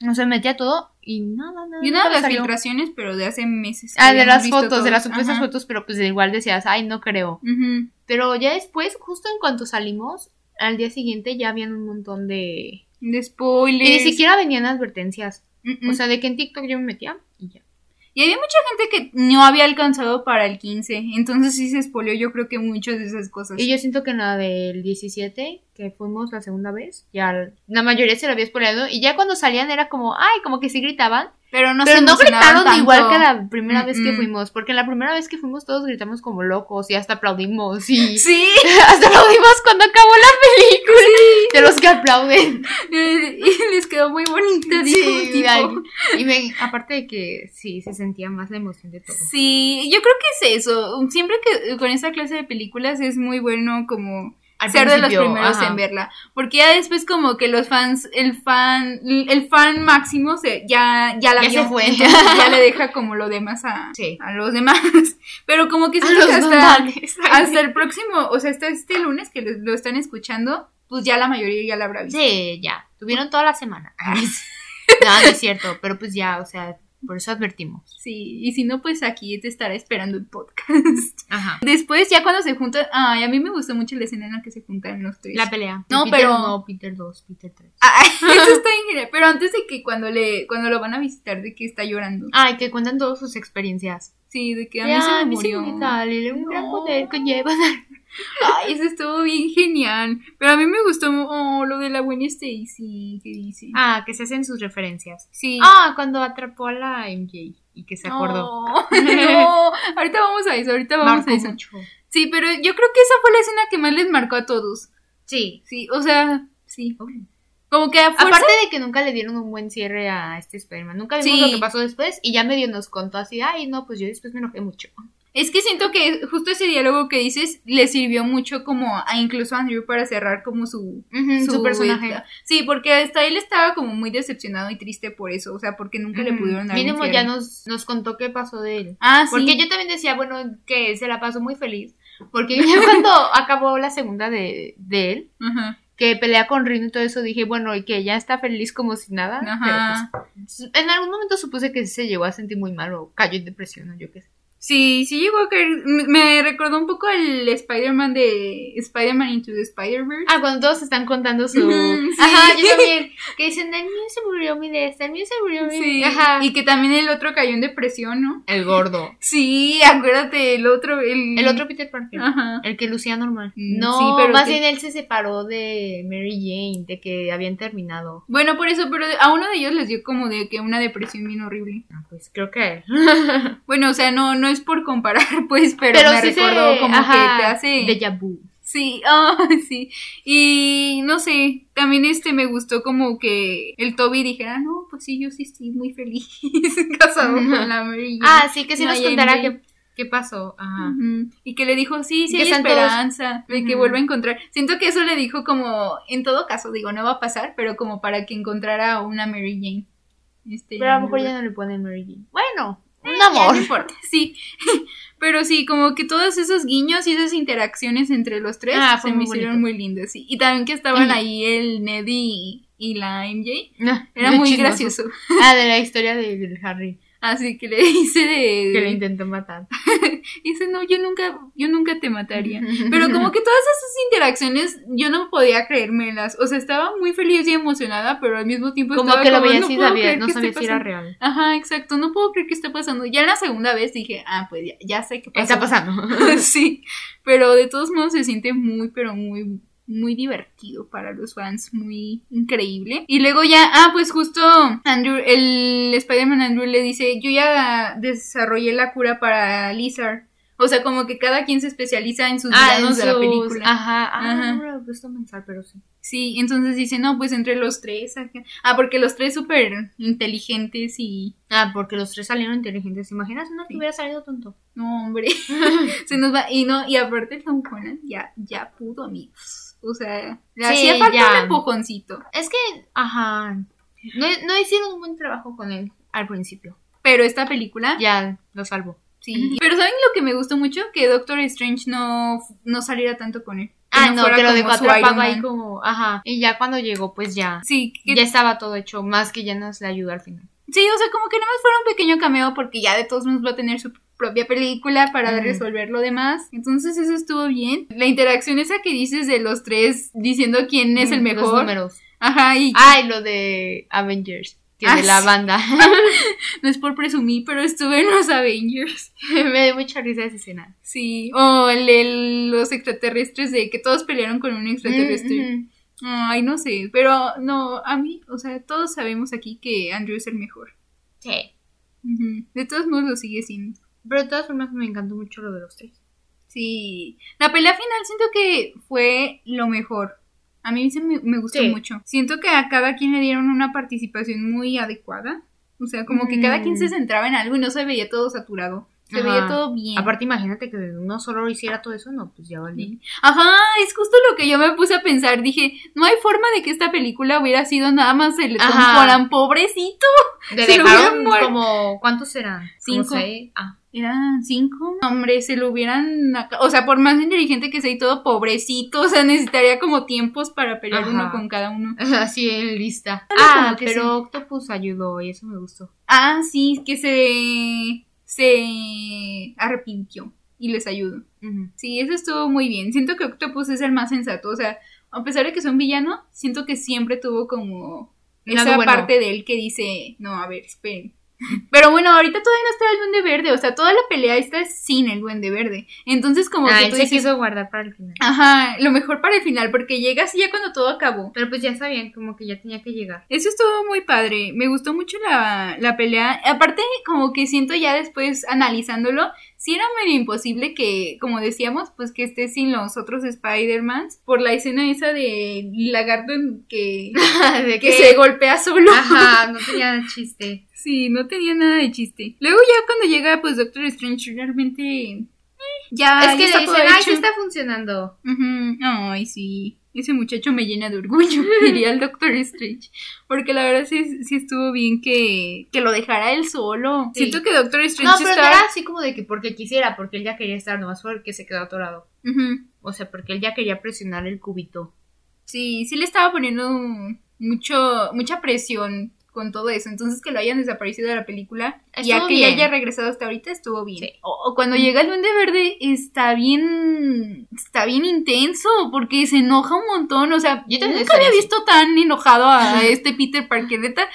[SPEAKER 2] O sea, metía todo y nada, nada.
[SPEAKER 1] Y una
[SPEAKER 2] nunca
[SPEAKER 1] de
[SPEAKER 2] me
[SPEAKER 1] las
[SPEAKER 2] salió.
[SPEAKER 1] filtraciones, pero de hace meses. que
[SPEAKER 2] Ah, de
[SPEAKER 1] habíamos
[SPEAKER 2] las
[SPEAKER 1] visto
[SPEAKER 2] fotos, de
[SPEAKER 1] todos.
[SPEAKER 2] las supuestas
[SPEAKER 1] Ajá.
[SPEAKER 2] fotos, pero pues igual decías, ay, no creo.
[SPEAKER 1] Ujú.
[SPEAKER 2] Pero ya después, justo en cuanto salimos, al día siguiente ya habían un montón de...
[SPEAKER 1] De
[SPEAKER 2] Y
[SPEAKER 1] spoilers.
[SPEAKER 2] ni siquiera pues venían advertencias.
[SPEAKER 1] Mm, mm.
[SPEAKER 2] O sea, de que en TikTok yo me metía y ya.
[SPEAKER 1] y había mucha gente que no había alcanzado para el 15, entonces sí se spoileó yo creo que muchas de esas cosas.
[SPEAKER 2] Y yo siento que en la del 17, que fuimos la segunda vez, ya la mayoría se la había spoileado. Y ya cuando salían era como, ay, como que sí gritaban.
[SPEAKER 1] pero no
[SPEAKER 2] pero
[SPEAKER 1] se
[SPEAKER 2] no
[SPEAKER 1] emocionaban
[SPEAKER 2] gritaron igual
[SPEAKER 1] tanto.
[SPEAKER 2] que la primera vez que
[SPEAKER 1] Mm-mm.
[SPEAKER 2] fuimos. Porque la primera vez que fuimos todos gritamos como locos y hasta aplaudimos. Y
[SPEAKER 1] Sí,
[SPEAKER 2] hasta aplaudimos cuando acabó la película. De los que aplauden.
[SPEAKER 1] eh, y les quedó muy bonita, dijo un tipo.
[SPEAKER 2] ay, y me- aparte de que sí, se sentía más la emoción de todo.
[SPEAKER 1] Sí, yo creo que es eso. Siempre que con esta clase de películas es muy bueno como
[SPEAKER 2] Al
[SPEAKER 1] ser de los
[SPEAKER 2] principio,
[SPEAKER 1] primeros
[SPEAKER 2] ajá.
[SPEAKER 1] en verla, porque ya después como que los fans, el fan, el fan máximo se ya ya la
[SPEAKER 2] Ya
[SPEAKER 1] vio,
[SPEAKER 2] se fue.
[SPEAKER 1] entonces ya le deja como lo demás a,
[SPEAKER 2] Sí.
[SPEAKER 1] a los demás. Pero como que
[SPEAKER 2] A
[SPEAKER 1] siento
[SPEAKER 2] los
[SPEAKER 1] que hasta,
[SPEAKER 2] normales.
[SPEAKER 1] hasta el próximo, o sea, hasta este lunes que lo, lo están escuchando, pues ya la mayoría ya la habrá visto.
[SPEAKER 2] Sí, ya. Tuvieron toda la semana. no, no es cierto. Pero pues ya, o sea, por eso advertimos.
[SPEAKER 1] Sí, y si no, pues aquí te estará esperando el podcast.
[SPEAKER 2] Ajá.
[SPEAKER 1] Después, ya cuando se juntan, ay, a mí me gustó mucho la escena en la que se juntan los tres.
[SPEAKER 2] La pelea.
[SPEAKER 1] No,
[SPEAKER 2] Peter
[SPEAKER 1] pero-
[SPEAKER 2] No, Peter 2, Peter 3.
[SPEAKER 1] Ah, eso está en general, pero antes de que cuando le cuando lo van a visitar de que está llorando.
[SPEAKER 2] Ay, que cuentan todas sus experiencias.
[SPEAKER 1] Sí, de que a mí
[SPEAKER 2] Ay,
[SPEAKER 1] se me
[SPEAKER 2] a mí se
[SPEAKER 1] murió.
[SPEAKER 2] me sale un gran
[SPEAKER 1] No.
[SPEAKER 2] poder conlleva.
[SPEAKER 1] Ay, eso estuvo bien genial. Pero a mí me gustó oh, lo de la buena Stacy que dice.
[SPEAKER 2] Ah, que se hacen sus referencias.
[SPEAKER 1] sí.
[SPEAKER 2] Ah, cuando atrapó a la MJ y que se acordó.
[SPEAKER 1] Oh, no, ahorita vamos a eso, ahorita vamos
[SPEAKER 2] Marcó
[SPEAKER 1] a eso.
[SPEAKER 2] mucho.
[SPEAKER 1] Sí, pero yo creo que esa fue la escena que más les marcó a todos.
[SPEAKER 2] Sí.
[SPEAKER 1] Sí, o sea, sí. Como que a fuerza
[SPEAKER 2] Aparte de que nunca le dieron un buen cierre a este Spider-Man. Nunca vimos
[SPEAKER 1] Sí.
[SPEAKER 2] lo que pasó después y ya medio nos contó así. Ay, no, pues yo después me enojé mucho.
[SPEAKER 1] Es que siento que justo ese diálogo que dices le sirvió mucho como a incluso a Andrew para cerrar como su,
[SPEAKER 2] Ujú, su personaje.
[SPEAKER 1] Sí, porque hasta él estaba como muy decepcionado y triste por eso, o sea, porque nunca le pudieron dar un
[SPEAKER 2] Mínimo
[SPEAKER 1] cierre.
[SPEAKER 2] ya nos, nos contó qué pasó de él.
[SPEAKER 1] Ah, sí.
[SPEAKER 2] Porque yo también decía, bueno, que se la pasó muy feliz. Porque yo ya cuando acabó la segunda de, de él,
[SPEAKER 1] Ajá.
[SPEAKER 2] que pelea con Rino y todo eso, dije, bueno, y que ya está feliz como si nada.
[SPEAKER 1] Ajá.
[SPEAKER 2] Ah, Pero pues, en algún momento supuse que sí se llegó a sentir muy mal o cayó en depresión o yo qué sé.
[SPEAKER 1] Sí, sí llegó a caer. Me me recordó un poco al Spider-Man de Spider-Man Into the Spider-Verse.
[SPEAKER 2] Ah, cuando todos están contando su...
[SPEAKER 1] Ujú, sí.
[SPEAKER 2] Ajá, yo también. Que dicen, el mío se murió mi de esta, el mío se murió mi...
[SPEAKER 1] sí.
[SPEAKER 2] Ajá.
[SPEAKER 1] Y que también el otro cayó en depresión, ¿no?
[SPEAKER 2] El gordo.
[SPEAKER 1] Sí, acuérdate, el otro. El,
[SPEAKER 2] El otro Peter Parker.
[SPEAKER 1] Ajá.
[SPEAKER 2] El que lucía normal.
[SPEAKER 1] Mm,
[SPEAKER 2] No,
[SPEAKER 1] sí, pero
[SPEAKER 2] más
[SPEAKER 1] que-
[SPEAKER 2] bien él se separó de Mary Jane, de que habían terminado.
[SPEAKER 1] Bueno, por eso, pero a uno de ellos les dio como de que una depresión bien horrible.
[SPEAKER 2] Ah, Pues creo que.
[SPEAKER 1] Bueno, o sea, no, no es por comparar, pues, pero, me
[SPEAKER 2] sí se-
[SPEAKER 1] recordó como
[SPEAKER 2] ajá,
[SPEAKER 1] que te hace.
[SPEAKER 2] Déjà vu.
[SPEAKER 1] Sí, ah, sí. Y no sé, también este me gustó como que el Toby dijera, no, pues sí, yo sí estoy muy feliz casado con la Mary Jane".
[SPEAKER 2] Ah, sí, que sí
[SPEAKER 1] No
[SPEAKER 2] nos
[SPEAKER 1] hay
[SPEAKER 2] contará
[SPEAKER 1] ending.
[SPEAKER 2] qué, qué pasó. Ajá.
[SPEAKER 1] Ujú. Y que le dijo, sí, sí hay
[SPEAKER 2] Que están todos-
[SPEAKER 1] esperanza de que
[SPEAKER 2] Ujú.
[SPEAKER 1] vuelva a encontrar. Siento que eso le dijo como, en todo caso, digo, no va a pasar, pero como para que encontrara una Mary Jane. Este,
[SPEAKER 2] Pero a lo mejor
[SPEAKER 1] lugar.
[SPEAKER 2] ya no le ponen Mary Jane. Bueno, un
[SPEAKER 1] Eh, Ya,
[SPEAKER 2] amor.
[SPEAKER 1] no importa, sí. Pero sí, como que todos esos guiños y esas interacciones entre los tres
[SPEAKER 2] Ah, fue
[SPEAKER 1] se me
[SPEAKER 2] muy
[SPEAKER 1] hicieron
[SPEAKER 2] bonito.
[SPEAKER 1] muy lindos, sí. Y también que estaban
[SPEAKER 2] Y-
[SPEAKER 1] ahí el Ned y, y la MJ.
[SPEAKER 2] Ah,
[SPEAKER 1] Era
[SPEAKER 2] de
[SPEAKER 1] muy
[SPEAKER 2] chismoso.
[SPEAKER 1] gracioso.
[SPEAKER 2] Ah, de la historia de del Harry,
[SPEAKER 1] Así que le dice de...
[SPEAKER 2] que lo intentó matar.
[SPEAKER 1] Dice, no, yo nunca, yo nunca te mataría. Pero como que todas esas interacciones yo no podía creérmelas. O sea, estaba muy feliz y emocionada, pero al mismo tiempo
[SPEAKER 2] Como
[SPEAKER 1] estaba
[SPEAKER 2] que lo veía así,
[SPEAKER 1] puedo
[SPEAKER 2] sabía,
[SPEAKER 1] creer
[SPEAKER 2] no
[SPEAKER 1] que esté
[SPEAKER 2] sabía si era
[SPEAKER 1] pasando".
[SPEAKER 2] real.
[SPEAKER 1] Ajá, exacto, no puedo creer que esté pasando. Ya en la segunda vez dije, ah, pues ya, ya sé qué pasó.
[SPEAKER 2] Está pasando.
[SPEAKER 1] sí, pero de todos modos se siente muy, pero muy, muy divertido para los fans, muy increíble. Y luego ya, ah, pues justo Andrew, el Spider-Man Andrew le dice, yo ya desarrollé la cura para Lizard. O sea, como que cada quien se especializa en sus villanos de la
[SPEAKER 2] Ah, sus-
[SPEAKER 1] película.
[SPEAKER 2] Ajá, ah,
[SPEAKER 1] Ajá.
[SPEAKER 2] no me lo he puesto a pensar, pero sí.
[SPEAKER 1] Sí, entonces dice, no, pues entre los tres. acá". Ah, porque los tres súper inteligentes y...
[SPEAKER 2] Ah, porque los tres salieron inteligentes. ¿Te imaginas uno que hubiera salido tonto?
[SPEAKER 1] No, hombre. se nos va y no y aparte Tom Holland ya ya pudo amigos o sea le
[SPEAKER 2] Sí,
[SPEAKER 1] hacía falta
[SPEAKER 2] ya.
[SPEAKER 1] un empujoncito
[SPEAKER 2] Es que, ajá, no, no hicieron un buen trabajo con él al principio.
[SPEAKER 1] pero esta película
[SPEAKER 2] Ya lo salvo.
[SPEAKER 1] sí pero saben lo que me gustó mucho que Doctor Strange no no saliera tanto con él Que
[SPEAKER 2] Ah, no,
[SPEAKER 1] fuera
[SPEAKER 2] que lo
[SPEAKER 1] como
[SPEAKER 2] dejó
[SPEAKER 1] su Iron
[SPEAKER 2] atrapado ahí
[SPEAKER 1] Man.
[SPEAKER 2] como, ajá. Y ya cuando llegó, pues ya,
[SPEAKER 1] sí que-
[SPEAKER 2] ya estaba todo hecho, más que ya nos le ayudó al final.
[SPEAKER 1] sí o sea como que nada más fuera un pequeño cameo porque ya de todos modos va a tener su propia película para
[SPEAKER 2] Ujú.
[SPEAKER 1] resolver lo demás entonces eso estuvo bien la interacción esa que dices de los tres diciendo quién es el
[SPEAKER 2] Mm, Los
[SPEAKER 1] mejor
[SPEAKER 2] números.
[SPEAKER 1] ajá y
[SPEAKER 2] Ah, y lo de Avengers, que
[SPEAKER 1] Ah,
[SPEAKER 2] de la
[SPEAKER 1] sí.
[SPEAKER 2] banda.
[SPEAKER 1] no es por presumir pero estuve en los Avengers
[SPEAKER 2] Me dio mucha risa esa escena.
[SPEAKER 1] Sí, o el de los extraterrestres de que todos pelearon con un extraterrestre.
[SPEAKER 2] Mm, mm.
[SPEAKER 1] Ay, no sé, pero no, a mí, o sea, todos sabemos aquí que Andrew es el mejor.
[SPEAKER 2] Sí.
[SPEAKER 1] Ujú. De todos modos lo sigue siendo.
[SPEAKER 2] Pero de todas formas me encantó mucho lo de los tres.
[SPEAKER 1] Sí, la pelea final siento que fue lo mejor. A mí se me, me gustó
[SPEAKER 2] Sí.
[SPEAKER 1] mucho. Siento que a cada quien le dieron una participación muy adecuada. O sea, como que cada quien se
[SPEAKER 2] Mm.
[SPEAKER 1] centraba en algo y no se veía todo saturado. Se
[SPEAKER 2] Ajá.
[SPEAKER 1] veía todo bien.
[SPEAKER 2] Aparte, imagínate que uno solo hiciera todo eso, no, pues ya valía.
[SPEAKER 1] Sí. Ajá, es justo lo que yo me puse a pensar. Dije, no hay forma de que esta película hubiera sido nada más el Tom
[SPEAKER 2] Ajá.
[SPEAKER 1] Holland, pobrecito.
[SPEAKER 2] Le
[SPEAKER 1] Se lo
[SPEAKER 2] dejaron
[SPEAKER 1] hubieran muerto.
[SPEAKER 2] como, ¿cuántos serán?
[SPEAKER 1] Cinco.
[SPEAKER 2] Como seis. Ah,
[SPEAKER 1] Eran cinco. No, Hombre, se lo hubieran. aca- O sea, por más inteligente que sea y todo, pobrecito. O sea, necesitaría como tiempos para pelear
[SPEAKER 2] Ajá.
[SPEAKER 1] uno con cada uno.
[SPEAKER 2] así en lista.
[SPEAKER 1] Ah,
[SPEAKER 2] Ah,
[SPEAKER 1] que
[SPEAKER 2] pero
[SPEAKER 1] sí.
[SPEAKER 2] Octopus ayudó y eso me gustó.
[SPEAKER 1] Ah, sí, que se. se arrepintió y les ayudó.
[SPEAKER 2] Ujú.
[SPEAKER 1] Sí, eso estuvo muy bien. Siento que Octopus es el más sensato. O sea, a pesar de que es un villano, siento que siempre tuvo como
[SPEAKER 2] Algo
[SPEAKER 1] esa
[SPEAKER 2] bueno.
[SPEAKER 1] parte de él que dice, no, a ver, esperen. Pero bueno, ahorita todavía no está el Duende Verde. O sea, toda la pelea está sin el Duende Verde. Entonces, como
[SPEAKER 2] Ah,
[SPEAKER 1] que
[SPEAKER 2] él
[SPEAKER 1] tú
[SPEAKER 2] se
[SPEAKER 1] dices,
[SPEAKER 2] quiso guardar para el final.
[SPEAKER 1] ajá, lo mejor para el final, porque llegas ya cuando todo acabó.
[SPEAKER 2] Pero pues ya sabían, como que ya tenía que llegar.
[SPEAKER 1] Eso estuvo muy padre. Me gustó mucho la, la pelea. Aparte, como que siento ya después analizándolo, sí era medio imposible que, como decíamos, pues que esté sin los otros Spider-Mans por la escena esa de lagarto en que,
[SPEAKER 2] de
[SPEAKER 1] que se golpea solo.
[SPEAKER 2] Ajá, no tenía chiste.
[SPEAKER 1] Sí, no tenía nada de chiste. Luego ya cuando llega pues Doctor Strange realmente eh, ya
[SPEAKER 2] es
[SPEAKER 1] ya
[SPEAKER 2] que le
[SPEAKER 1] está todo
[SPEAKER 2] dicen, ay, sí
[SPEAKER 1] hecho".
[SPEAKER 2] está funcionando.
[SPEAKER 1] Ujú, Ay, sí. Ese muchacho me llena de orgullo, diría el Doctor Strange. Porque la verdad sí, sí estuvo bien que, que lo dejara él solo.
[SPEAKER 2] Sí.
[SPEAKER 1] Siento que Doctor Strange
[SPEAKER 2] No, pero
[SPEAKER 1] está-
[SPEAKER 2] era así como de que porque quisiera, porque él ya quería estar, nomás fue el que se quedó atorado.
[SPEAKER 1] Ujú.
[SPEAKER 2] O sea, porque él ya quería presionar el cubito.
[SPEAKER 1] Sí, sí le estaba poniendo mucho, mucha presión con todo eso. Entonces que lo hayan desaparecido de la película, ya
[SPEAKER 2] Estuvo
[SPEAKER 1] que
[SPEAKER 2] bien.
[SPEAKER 1] haya regresado hasta ahorita, estuvo bien.
[SPEAKER 2] Sí.
[SPEAKER 1] O, o cuando llega el Duende Verde, está bien, está bien intenso, porque se enoja un montón. O sea,
[SPEAKER 2] Yo
[SPEAKER 1] nunca
[SPEAKER 2] también
[SPEAKER 1] había
[SPEAKER 2] estaría así.
[SPEAKER 1] visto tan enojado a este Peter Parker, neta.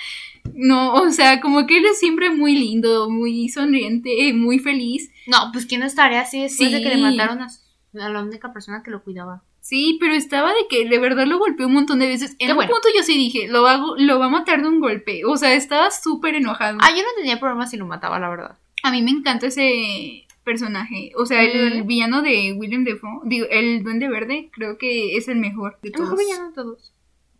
[SPEAKER 1] No, o sea, como que él es siempre muy lindo, muy sonriente, muy feliz.
[SPEAKER 2] No, pues quién no estaría así después de que le
[SPEAKER 1] Sí.
[SPEAKER 2] mataron a, su- a la única persona que lo cuidaba.
[SPEAKER 1] Sí, pero estaba de que de verdad lo golpeó un montón de veces. En
[SPEAKER 2] Qué
[SPEAKER 1] un
[SPEAKER 2] bueno.
[SPEAKER 1] punto yo sí dije, lo va, a go- lo va a matar de un golpe. O sea, estaba súper enojado.
[SPEAKER 2] Ah, yo no tenía problema si lo mataba, la verdad.
[SPEAKER 1] A mí me encanta ese personaje. O sea, el,
[SPEAKER 2] Ujú.
[SPEAKER 1] villano de William Defoe, digo, el Duende Verde, creo que es el mejor de
[SPEAKER 2] A lo mejor
[SPEAKER 1] todos.
[SPEAKER 2] venían todos.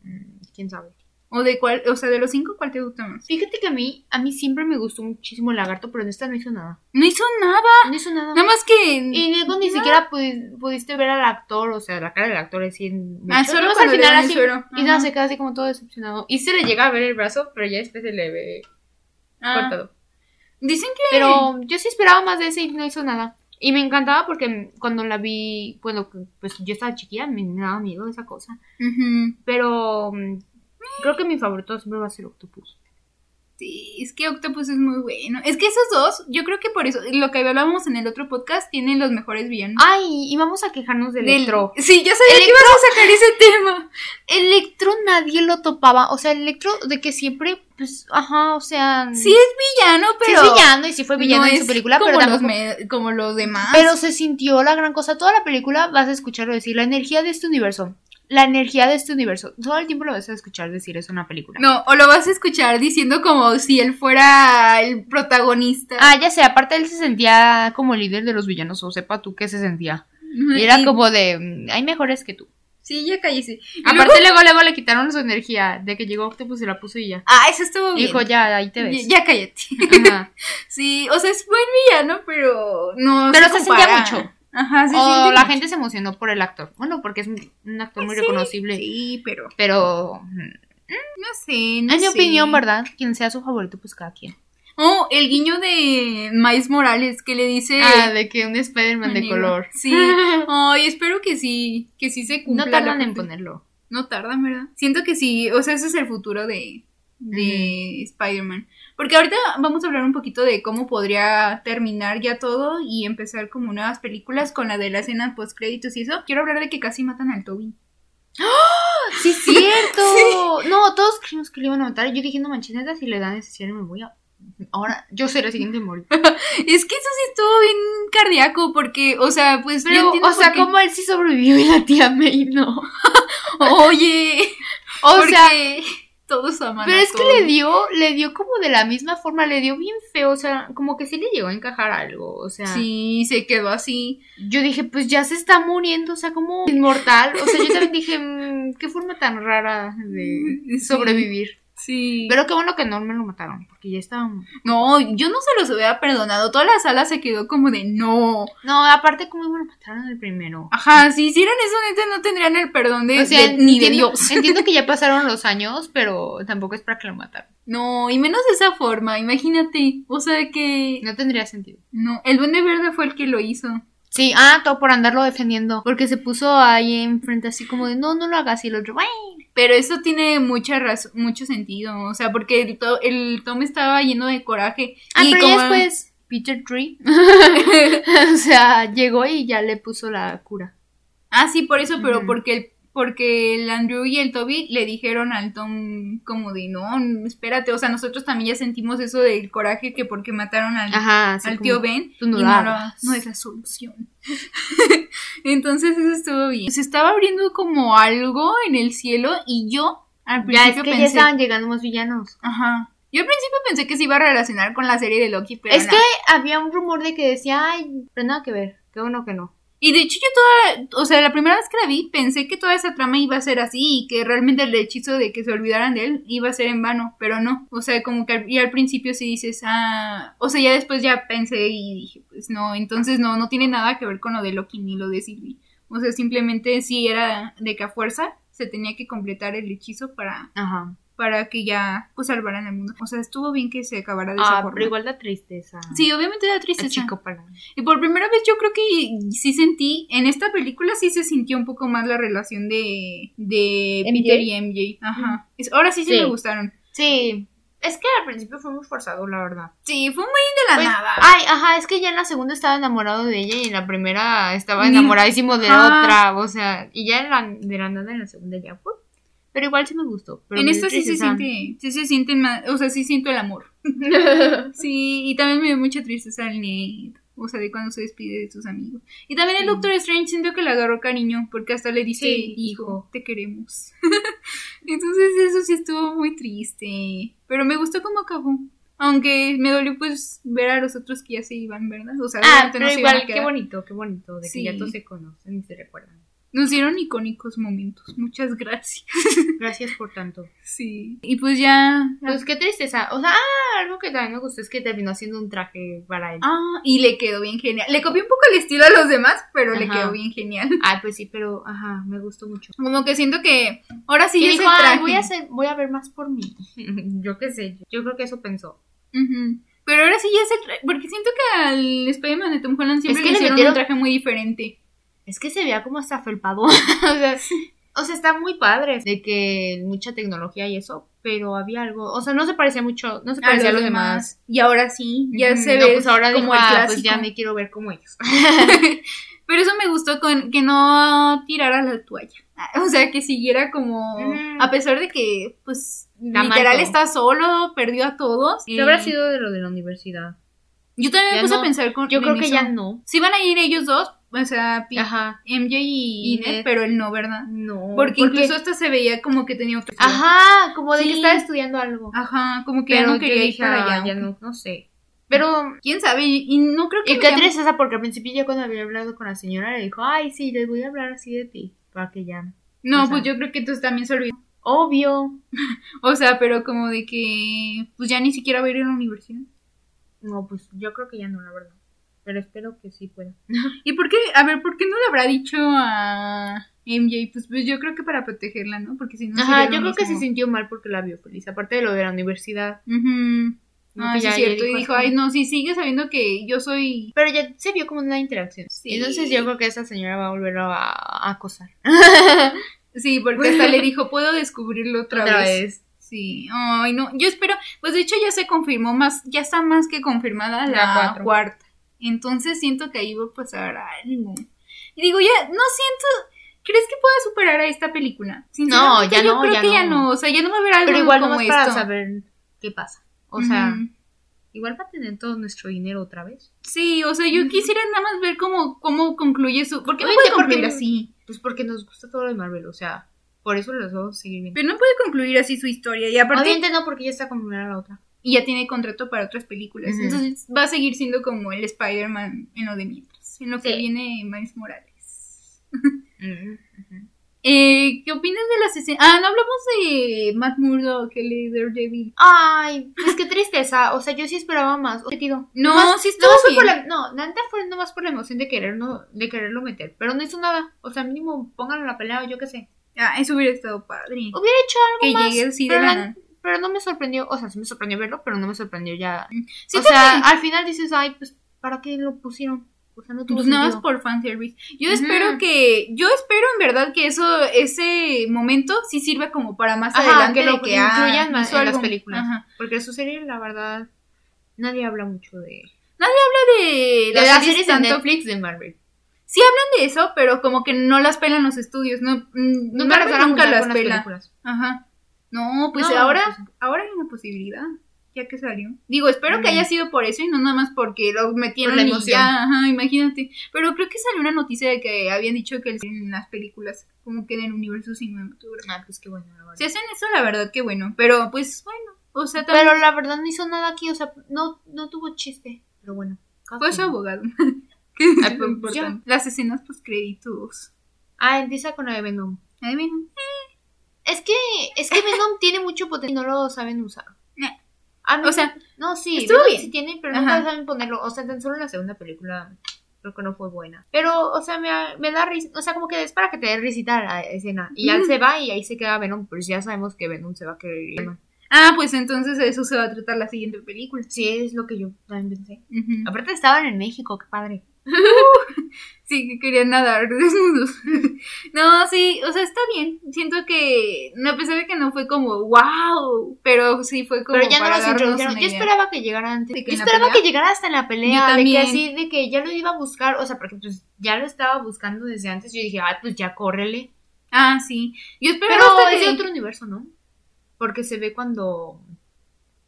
[SPEAKER 2] Mm, quién sabe.
[SPEAKER 1] O de cuál, o sea, de los cinco, ¿cuál te gusta más?
[SPEAKER 2] Fíjate que a mí, a mí siempre me gustó muchísimo el lagarto, pero en esta no hizo nada.
[SPEAKER 1] No hizo nada.
[SPEAKER 2] No hizo nada.
[SPEAKER 1] Nada más que.
[SPEAKER 2] Y luego ni siquiera pudi- pudiste ver al actor, o sea, la cara del actor así en...
[SPEAKER 1] Ah,
[SPEAKER 2] mucho.
[SPEAKER 1] solo
[SPEAKER 2] Nada más
[SPEAKER 1] cuando le dan el
[SPEAKER 2] así-
[SPEAKER 1] suero.
[SPEAKER 2] Y nada,
[SPEAKER 1] Ajá.
[SPEAKER 2] se queda así como todo decepcionado. Y se le llega a ver el brazo, pero ya después se le ve
[SPEAKER 1] Ah,
[SPEAKER 2] cortado.
[SPEAKER 1] dicen que.
[SPEAKER 2] Pero yo sí esperaba más de ese y no hizo nada. Y me encantaba porque cuando la vi, bueno, pues yo estaba chiquilla, me daba miedo esa cosa.
[SPEAKER 1] Ujú.
[SPEAKER 2] Pero mm, creo que mi favorito siempre va a ser Octopus.
[SPEAKER 1] Sí, es que Octopus es muy bueno. Es que esos dos, yo creo que por eso, lo que hablábamos en el otro podcast, tienen los mejores villanos.
[SPEAKER 2] Ay, y vamos a quejarnos de
[SPEAKER 1] Del-
[SPEAKER 2] Ah, Electro.
[SPEAKER 1] Sí, ya sabía que ibas a sacar ese tema.
[SPEAKER 2] Electro nadie lo topaba. O sea, Electro de que siempre, pues, ajá, o sea...
[SPEAKER 1] Sí es villano,
[SPEAKER 2] sí
[SPEAKER 1] pero
[SPEAKER 2] es villano y sí fue villano
[SPEAKER 1] no
[SPEAKER 2] en
[SPEAKER 1] es
[SPEAKER 2] su película,
[SPEAKER 1] como
[SPEAKER 2] pero
[SPEAKER 1] los
[SPEAKER 2] tampoco...
[SPEAKER 1] me- como los demás.
[SPEAKER 2] Pero se sintió la gran cosa. Toda la película vas a escucharlo decir la energía de este universo. La energía de este universo. Todo el tiempo lo vas a escuchar decir eso en la película.
[SPEAKER 1] no, o lo vas a escuchar diciendo como si él fuera el protagonista.
[SPEAKER 2] Ah, ya sé, aparte él se sentía como el líder de los villanos, o sepa tú qué se sentía. Y era
[SPEAKER 1] Y-
[SPEAKER 2] como de, mm, hay mejores que tú.
[SPEAKER 1] Sí, ya cállese. Y luego-
[SPEAKER 2] Aparte luego, luego le quitaron su energía, de que llegó Octopus y la puso y ya.
[SPEAKER 1] ah, eso estuvo bien.
[SPEAKER 2] Dijo, ya, ahí te ves.
[SPEAKER 1] Ya, ya cállate.
[SPEAKER 2] Ajá.
[SPEAKER 1] Sí, o sea, es buen villano, pero no
[SPEAKER 2] Pero se sentía
[SPEAKER 1] compara.
[SPEAKER 2] mucho.
[SPEAKER 1] Ajá, se
[SPEAKER 2] o
[SPEAKER 1] siente
[SPEAKER 2] la
[SPEAKER 1] mucho.
[SPEAKER 2] gente se emocionó por el actor. Bueno, porque es un- un actor muy
[SPEAKER 1] Sí,
[SPEAKER 2] reconocible.
[SPEAKER 1] Sí, pero
[SPEAKER 2] Pero, mm,
[SPEAKER 1] no sé, no
[SPEAKER 2] en mi
[SPEAKER 1] sé.
[SPEAKER 2] opinión, ¿verdad? Quien sea su favorito, pues cada quien.
[SPEAKER 1] Oh, el guiño de Miles Morales que le dice
[SPEAKER 2] Ah, de que un Spider-Man de
[SPEAKER 1] Negro.
[SPEAKER 2] color.
[SPEAKER 1] Sí. Ay, espero que sí, que sí se cumpla.
[SPEAKER 2] no tardan
[SPEAKER 1] la-
[SPEAKER 2] en ponerlo.
[SPEAKER 1] No tardan, ¿verdad? Siento que sí, o sea, ese es el futuro de, de Spider-Man. Porque ahorita vamos a hablar un poquito de cómo podría terminar ya todo y empezar como nuevas películas con la de la escena post créditos y eso. Quiero hablar de que casi matan al Toby.
[SPEAKER 2] Sí, es cierto. No, todos creímos que le iban a matar. Yo dije, no manches, neta, si le dan ese cierre me voy a... Ahora, yo seré el siguiente en morir.
[SPEAKER 1] Es que eso sí estuvo bien cardíaco porque, o sea, pues yo
[SPEAKER 2] Pero,
[SPEAKER 1] entiendo
[SPEAKER 2] o sea,
[SPEAKER 1] por qué-
[SPEAKER 2] como él sí sobrevivió y la tía May no.
[SPEAKER 1] Oye,
[SPEAKER 2] O
[SPEAKER 1] Porque
[SPEAKER 2] sea,
[SPEAKER 1] todos aman
[SPEAKER 2] pero
[SPEAKER 1] a
[SPEAKER 2] es que
[SPEAKER 1] Toby.
[SPEAKER 2] le dio, le dio como de la misma forma, le dio bien feo, o sea, como que sí le llegó a encajar algo, o sea.
[SPEAKER 1] Sí, se quedó así.
[SPEAKER 2] Yo dije, pues ya se está muriendo, o sea, como inmortal. O sea, yo también dije, "Mm, qué forma tan rara de
[SPEAKER 1] Sí.
[SPEAKER 2] sobrevivir.
[SPEAKER 1] Sí.
[SPEAKER 2] Pero qué bueno que no me lo mataron, porque ya estaban.
[SPEAKER 1] No, yo no se los hubiera perdonado. Toda la sala se quedó como de no.
[SPEAKER 2] No, aparte, ¿cómo me lo mataron el primero?
[SPEAKER 1] Ajá, si hicieran eso, neta, no tendrían el perdón de, de- ni de
[SPEAKER 2] entiendo-
[SPEAKER 1] Dios.
[SPEAKER 2] Entiendo que ya pasaron los años, pero tampoco es para que lo mataron.
[SPEAKER 1] No, y menos de esa forma, imagínate. O sea que.
[SPEAKER 2] No tendría sentido.
[SPEAKER 1] No, el Duende Verde fue el que lo hizo.
[SPEAKER 2] Sí, ah, todo por andarlo defendiendo. Porque se puso ahí enfrente, así como de no, no lo hagas. Y el otro, "Ay".
[SPEAKER 1] Pero eso tiene mucha raz- mucho sentido. O sea, porque el, to- el Tom estaba lleno de coraje.
[SPEAKER 2] Ah,
[SPEAKER 1] y
[SPEAKER 2] pero
[SPEAKER 1] como-
[SPEAKER 2] ya después, Peter Tree. o sea, llegó y ya le puso la cura.
[SPEAKER 1] Ah, sí, por eso, pero
[SPEAKER 2] Ujú.
[SPEAKER 1] porque el porque el Andrew y el Toby le dijeron al Tom como de no, espérate, o sea, nosotros también ya sentimos eso del coraje que porque mataron al,
[SPEAKER 2] Ajá, sí.
[SPEAKER 1] al
[SPEAKER 2] como-
[SPEAKER 1] tío Ben
[SPEAKER 2] tú no
[SPEAKER 1] y
[SPEAKER 2] lo
[SPEAKER 1] no, lo-
[SPEAKER 2] hagas.
[SPEAKER 1] no es la solución. Entonces eso estuvo bien. Se estaba abriendo como algo en el cielo y yo al
[SPEAKER 2] Ya es
[SPEAKER 1] principio
[SPEAKER 2] que ya
[SPEAKER 1] pensé,
[SPEAKER 2] estaban llegando más villanos.
[SPEAKER 1] ajá, Yo al principio pensé que se iba a relacionar con la serie de Loki, pero
[SPEAKER 2] es
[SPEAKER 1] no.
[SPEAKER 2] que había un rumor de que decía, ay, pero nada que ver, que uno que no.
[SPEAKER 1] Y de hecho yo toda, o sea, la primera vez que la vi pensé que toda esa trama iba a ser así y que realmente el hechizo de que se olvidaran de él iba a ser en vano, pero no. O sea, como que al, y al principio sí dices, ah, o sea, ya después ya pensé y dije, pues no, entonces no, no tiene nada que ver con lo de Loki ni lo de Sylvie. O sea, simplemente sí era de que a fuerza se tenía que completar el hechizo para,
[SPEAKER 2] Ajá.
[SPEAKER 1] para que ya pues salvaran el mundo. O sea, estuvo bien que se acabara de esa
[SPEAKER 2] Ah,
[SPEAKER 1] forma.
[SPEAKER 2] pero igual da tristeza.
[SPEAKER 1] Sí, obviamente da tristeza.
[SPEAKER 2] chico para.
[SPEAKER 1] Y por primera vez yo creo que sí sentí, en esta película sí se sintió un poco más la relación de, de
[SPEAKER 2] MJ.
[SPEAKER 1] Peter y MJ. Ajá. Es- ahora sí, sí
[SPEAKER 2] Sí.
[SPEAKER 1] me gustaron.
[SPEAKER 2] Sí. Es que al principio fue muy forzado, la verdad.
[SPEAKER 1] Sí, fue muy de la
[SPEAKER 2] Pues,
[SPEAKER 1] nada.
[SPEAKER 2] Ay, ajá, es que ya en la segunda estaba enamorado de ella y en la primera estaba
[SPEAKER 1] Ni-
[SPEAKER 2] enamoradísimo de
[SPEAKER 1] Ajá.
[SPEAKER 2] otra, o sea, y ya en la, de la nada en la segunda ya fue. Pero igual sí me gustó. Pero
[SPEAKER 1] en
[SPEAKER 2] me
[SPEAKER 1] esta
[SPEAKER 2] dio
[SPEAKER 1] sí se
[SPEAKER 2] tristeza.
[SPEAKER 1] siente, sí se sienten más, o sea, sí siento el amor. Sí, y también me dio mucha tristeza al Ned. O sea, de cuando se despide de sus amigos. Y también el
[SPEAKER 2] Sí.
[SPEAKER 1] Doctor Strange siento que le agarró cariño, porque hasta le dice,
[SPEAKER 2] Sí,
[SPEAKER 1] hijo,
[SPEAKER 2] hijo.
[SPEAKER 1] te queremos. Entonces eso sí estuvo muy triste. Pero me gustó cómo acabó. Aunque me dolió pues ver a los otros que ya se iban, ¿verdad? O sea,
[SPEAKER 2] Ah,
[SPEAKER 1] obviamente
[SPEAKER 2] pero
[SPEAKER 1] no se iban a
[SPEAKER 2] igual, qué
[SPEAKER 1] quedar.
[SPEAKER 2] bonito, qué bonito, de
[SPEAKER 1] Sí.
[SPEAKER 2] que ya todos se conocen y se recuerdan.
[SPEAKER 1] Nos dieron icónicos momentos. Muchas gracias.
[SPEAKER 2] Gracias por tanto.
[SPEAKER 1] Sí. Y pues ya...
[SPEAKER 2] Pues qué tristeza. O sea, ah, algo que también me gustó es que terminó haciendo un traje para él.
[SPEAKER 1] Ah, y le quedó bien genial. Le copié un poco el estilo a los demás, pero le
[SPEAKER 2] Ajá.
[SPEAKER 1] quedó bien genial.
[SPEAKER 2] Ah, pues sí, pero ajá, me gustó mucho.
[SPEAKER 1] Como que siento que ahora sí
[SPEAKER 2] Y
[SPEAKER 1] ya
[SPEAKER 2] dijo,
[SPEAKER 1] se
[SPEAKER 2] "Ay,
[SPEAKER 1] traje.
[SPEAKER 2] voy a hacer- voy a ver más por mí. yo qué sé, yo creo que eso pensó.
[SPEAKER 1] Ujú. Pero ahora sí ya se traje. Porque siento que al Spider-Man de Tom Holland siempre
[SPEAKER 2] Es
[SPEAKER 1] le
[SPEAKER 2] que le
[SPEAKER 1] hicieron
[SPEAKER 2] metieron-
[SPEAKER 1] un traje muy diferente.
[SPEAKER 2] Es que se veía como hasta felpado. o, sea, o sea, está muy padre de que mucha tecnología y eso, pero había algo, o sea, no se parecía mucho, no se parecía a los demás.
[SPEAKER 1] Y ahora sí, ya
[SPEAKER 2] Ujú,
[SPEAKER 1] se
[SPEAKER 2] no,
[SPEAKER 1] ve
[SPEAKER 2] pues ahora
[SPEAKER 1] como
[SPEAKER 2] dijo,
[SPEAKER 1] el
[SPEAKER 2] "Ah,
[SPEAKER 1] clásico.
[SPEAKER 2] pues ya me quiero ver como ellos.
[SPEAKER 1] Pero eso me gustó con que no tirara la toalla. Ah, O sea, que siguiera como...
[SPEAKER 2] Ujú.
[SPEAKER 1] A pesar de que, pues,
[SPEAKER 2] Está
[SPEAKER 1] literal
[SPEAKER 2] mal todo.
[SPEAKER 1] está solo, perdió a todos.
[SPEAKER 2] ¿Qué
[SPEAKER 1] Eh,
[SPEAKER 2] habrá sido de lo de la universidad?
[SPEAKER 1] Yo también me
[SPEAKER 2] Ya
[SPEAKER 1] puse a
[SPEAKER 2] no.
[SPEAKER 1] pensar con...
[SPEAKER 2] Yo
[SPEAKER 1] en
[SPEAKER 2] creo que
[SPEAKER 1] eso.
[SPEAKER 2] ya no.
[SPEAKER 1] Sí van a ir ellos dos, o sea, Pi-
[SPEAKER 2] Ajá.
[SPEAKER 1] MJ y,
[SPEAKER 2] Y
[SPEAKER 1] Ned,
[SPEAKER 2] Ned.
[SPEAKER 1] pero él no, ¿verdad?
[SPEAKER 2] No.
[SPEAKER 1] Porque incluso hasta se veía como que tenía otro.
[SPEAKER 2] Ajá, como de
[SPEAKER 1] Sí.
[SPEAKER 2] que estaba estudiando algo.
[SPEAKER 1] Ajá, como que
[SPEAKER 2] pero
[SPEAKER 1] ya no
[SPEAKER 2] yo
[SPEAKER 1] quería ir
[SPEAKER 2] dije,
[SPEAKER 1] para
[SPEAKER 2] "Ah,
[SPEAKER 1] allá.
[SPEAKER 2] ya no, no sé. Pero
[SPEAKER 1] ¿Quién sabe? Y y no creo que...
[SPEAKER 2] Y
[SPEAKER 1] me
[SPEAKER 2] qué
[SPEAKER 1] llame-
[SPEAKER 2] tristeza, porque al principio ya cuando había hablado con la señora le dijo, ay, sí, les voy a hablar así de ti, para que ya...
[SPEAKER 1] No,
[SPEAKER 2] o sea.
[SPEAKER 1] pues yo creo que tú también se olvidó.
[SPEAKER 2] Obvio.
[SPEAKER 1] O sea, pero como de que... Pues ya ni siquiera va a ir a la universidad.
[SPEAKER 2] No, pues yo creo que ya no, la verdad. Pero espero que sí pueda.
[SPEAKER 1] ¿Y por qué? A ver, ¿por qué no le habrá dicho a MJ? Pues, pues yo creo que para protegerla, ¿no? Porque si no...
[SPEAKER 2] Ajá,
[SPEAKER 1] sería
[SPEAKER 2] yo
[SPEAKER 1] lo
[SPEAKER 2] creo que se
[SPEAKER 1] mismo.
[SPEAKER 2] sintió mal porque la vio feliz, aparte de lo de la universidad.
[SPEAKER 1] Ujú.
[SPEAKER 2] ¿no?
[SPEAKER 1] Ah,
[SPEAKER 2] Que
[SPEAKER 1] sí,
[SPEAKER 2] ya
[SPEAKER 1] es
[SPEAKER 2] ella
[SPEAKER 1] cierto. Y dijo,
[SPEAKER 2] así.
[SPEAKER 1] ay, no, si sigue sabiendo que yo soy...
[SPEAKER 2] Pero ya se vio como una interacción.
[SPEAKER 1] Sí.
[SPEAKER 2] Entonces yo creo que esa señora va a volver a, a acosar.
[SPEAKER 1] Sí, porque hasta le dijo, puedo descubrirlo otra, vez. Sí, ay no, yo espero, pues de hecho ya se confirmó más, ya está más que confirmada la,
[SPEAKER 2] La cuatro.
[SPEAKER 1] cuarta. Entonces siento que ahí va a pasar algo. Y digo, ya, no siento, ¿crees que pueda superar a esta película? Sinceramente,
[SPEAKER 2] ya
[SPEAKER 1] yo
[SPEAKER 2] no,
[SPEAKER 1] creo
[SPEAKER 2] ya
[SPEAKER 1] que ya
[SPEAKER 2] no.
[SPEAKER 1] no, o sea, ya no va a haber algo
[SPEAKER 2] Pero igual no
[SPEAKER 1] como
[SPEAKER 2] más
[SPEAKER 1] esto.
[SPEAKER 2] para saber qué pasa. O sea,
[SPEAKER 1] Ujú.
[SPEAKER 2] igual va a tener todo nuestro dinero otra vez.
[SPEAKER 1] sí, o sea, yo
[SPEAKER 2] Ujú.
[SPEAKER 1] quisiera nada más ver cómo, cómo concluye su, porque no
[SPEAKER 2] Oye,
[SPEAKER 1] puede
[SPEAKER 2] ¿por qué
[SPEAKER 1] concluir
[SPEAKER 2] no?
[SPEAKER 1] así,
[SPEAKER 2] Pues porque nos gusta todo lo de Marvel, o sea, por eso los vamos a seguir viendo.
[SPEAKER 1] pero no puede concluir así su historia y aparte
[SPEAKER 2] Obviamente no, porque ya está combinada la otra.
[SPEAKER 1] y ya tiene contrato para otras películas.
[SPEAKER 2] Ujú.
[SPEAKER 1] Entonces va a seguir siendo como el Spider-Man en lo de mientras, en lo que
[SPEAKER 2] Sí.
[SPEAKER 1] viene Miles Morales.
[SPEAKER 2] Mm.
[SPEAKER 1] Eh, ¿Qué opinas de las escenas? Ah, no hablamos de Matt Murdock, el líder Daredevil.
[SPEAKER 2] Ay, pues qué tristeza. O sea, yo sí esperaba más. O- metido.
[SPEAKER 1] No,
[SPEAKER 2] Nomás-
[SPEAKER 1] sí estuvo
[SPEAKER 2] nomás fue
[SPEAKER 1] bien.
[SPEAKER 2] por la, no, Nanta fue nomás por la emoción de quererlo, de quererlo meter. Pero no hizo nada. O sea, mínimo pónganlo en la pelea o yo qué sé.
[SPEAKER 1] Ah, eso hubiera estado padre.
[SPEAKER 2] Hubiera hecho algo
[SPEAKER 1] Que
[SPEAKER 2] más.
[SPEAKER 1] llegue así de
[SPEAKER 2] pero,
[SPEAKER 1] la
[SPEAKER 2] la-
[SPEAKER 1] nada.
[SPEAKER 2] pero no me sorprendió. O sea, sí me sorprendió verlo, pero no me sorprendió ya.
[SPEAKER 1] Sí,
[SPEAKER 2] o sea,
[SPEAKER 1] también.
[SPEAKER 2] al final dices, ay, pues, ¿para qué lo pusieron? O sea, no tuvo
[SPEAKER 1] Pues nada más
[SPEAKER 2] sentido.
[SPEAKER 1] por fanservice. Yo
[SPEAKER 2] Ujú.
[SPEAKER 1] espero que. Yo espero en verdad que eso ese momento sí sirva como para más
[SPEAKER 2] Ajá,
[SPEAKER 1] adelante
[SPEAKER 2] que lo
[SPEAKER 1] de que ah,
[SPEAKER 2] incluyan más
[SPEAKER 1] hizo
[SPEAKER 2] en las
[SPEAKER 1] algo.
[SPEAKER 2] películas.
[SPEAKER 1] Ajá.
[SPEAKER 2] Porque su serie, la verdad, nadie habla mucho de...
[SPEAKER 1] De,
[SPEAKER 2] de
[SPEAKER 1] las series
[SPEAKER 2] de
[SPEAKER 1] tanto
[SPEAKER 2] Netflix de Marvel.
[SPEAKER 1] Sí hablan de eso, pero como que no las pelan los estudios, no, mm,
[SPEAKER 2] Nunca
[SPEAKER 1] Marvel
[SPEAKER 2] las van a
[SPEAKER 1] nunca
[SPEAKER 2] juntar
[SPEAKER 1] las
[SPEAKER 2] con
[SPEAKER 1] pela.
[SPEAKER 2] películas.
[SPEAKER 1] Ajá. No, pues
[SPEAKER 2] No,
[SPEAKER 1] ahora,
[SPEAKER 2] pues-
[SPEAKER 1] ahora hay una posibilidad, ya que salió. Digo, espero que
[SPEAKER 2] Mm.
[SPEAKER 1] haya sido por eso y no nada más porque lo metieron
[SPEAKER 2] Por la
[SPEAKER 1] y
[SPEAKER 2] emoción.
[SPEAKER 1] ya, ajá, imagínate. Pero creo que salió una noticia de que habían dicho que el- en las películas, como que en el universo cinematográfico.
[SPEAKER 2] Ah, pues qué bueno. la verdad.
[SPEAKER 1] Si hacen eso, la verdad que bueno, pero pues bueno, O sea, también
[SPEAKER 2] Pero la verdad no hizo nada aquí, o sea, no, no tuvo chiste. Pero bueno. cada
[SPEAKER 1] fue su
[SPEAKER 2] quien.
[SPEAKER 1] abogado. que es
[SPEAKER 2] Ah,
[SPEAKER 1] lo
[SPEAKER 2] pues,
[SPEAKER 1] importante. Las escenas post créditos.
[SPEAKER 2] Ah, empieza con la de Venom.
[SPEAKER 1] Ahí ven.
[SPEAKER 2] Es que, es que Venom tiene mucho potencial y no lo saben usar.
[SPEAKER 1] Nah.
[SPEAKER 2] Ah, no,
[SPEAKER 1] O sea,
[SPEAKER 2] no, sí,
[SPEAKER 1] estuvo
[SPEAKER 2] Venom
[SPEAKER 1] bien.
[SPEAKER 2] sí tiene, pero
[SPEAKER 1] Ajá.
[SPEAKER 2] nunca saben ponerlo. O sea, tan solo en la segunda película creo que no fue buena. Pero, o sea, me, me da risa, o sea, como que es para que te dé risita la escena. Y él
[SPEAKER 1] Ujú.
[SPEAKER 2] se va y ahí se queda Venom, pues ya sabemos que Venom se va a querer ir.
[SPEAKER 1] Ah, pues entonces de eso se va a tratar la siguiente película.
[SPEAKER 2] Sí, es lo que yo también pensé.
[SPEAKER 1] Ujú.
[SPEAKER 2] Aparte estaban en México, qué padre.
[SPEAKER 1] Sí, que querían nadar desnudos. no, sí, o sea, está bien. Siento que, no, a pesar de que no fue como wow, pero sí fue como.
[SPEAKER 2] Pero ya no
[SPEAKER 1] para
[SPEAKER 2] los
[SPEAKER 1] darnos
[SPEAKER 2] introdujeron.
[SPEAKER 1] una
[SPEAKER 2] Yo
[SPEAKER 1] idea.
[SPEAKER 2] esperaba que llegara antes.
[SPEAKER 1] De que
[SPEAKER 2] Yo
[SPEAKER 1] en la
[SPEAKER 2] esperaba que
[SPEAKER 1] pelea.
[SPEAKER 2] llegara hasta la
[SPEAKER 1] Yo
[SPEAKER 2] pelea. De que
[SPEAKER 1] también.
[SPEAKER 2] así, de que ya lo iba a buscar. O sea, porque pues ya lo estaba buscando desde antes. Yo dije, ah, pues ya córrele.
[SPEAKER 1] Ah, sí. Yo
[SPEAKER 2] Pero,
[SPEAKER 1] esperaba hasta
[SPEAKER 2] es
[SPEAKER 1] que-
[SPEAKER 2] de otro universo, ¿no? Porque se ve cuando.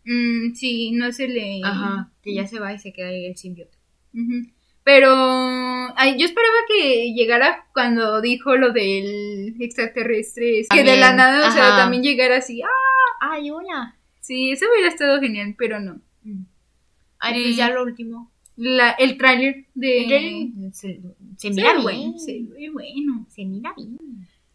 [SPEAKER 1] Mm, sí, no se le.
[SPEAKER 2] Ajá. Que ya se va y se queda ahí el simbiote.
[SPEAKER 1] Ujú. Pero ay, yo esperaba que llegara cuando dijo lo del extraterrestre. es Que de
[SPEAKER 2] También,
[SPEAKER 1] la nada, o sea,
[SPEAKER 2] ajá.
[SPEAKER 1] también llegara así. Ah,
[SPEAKER 2] Ay, hola.
[SPEAKER 1] sí, eso hubiera estado genial, pero no.
[SPEAKER 2] Mm. Ay, pues
[SPEAKER 1] Eh,
[SPEAKER 2] ya lo último.
[SPEAKER 1] La, el tráiler de.
[SPEAKER 2] El trailer se, se
[SPEAKER 1] Se
[SPEAKER 2] mira
[SPEAKER 1] ve
[SPEAKER 2] bien.
[SPEAKER 1] bueno, se ve bueno.
[SPEAKER 2] Se mira bien.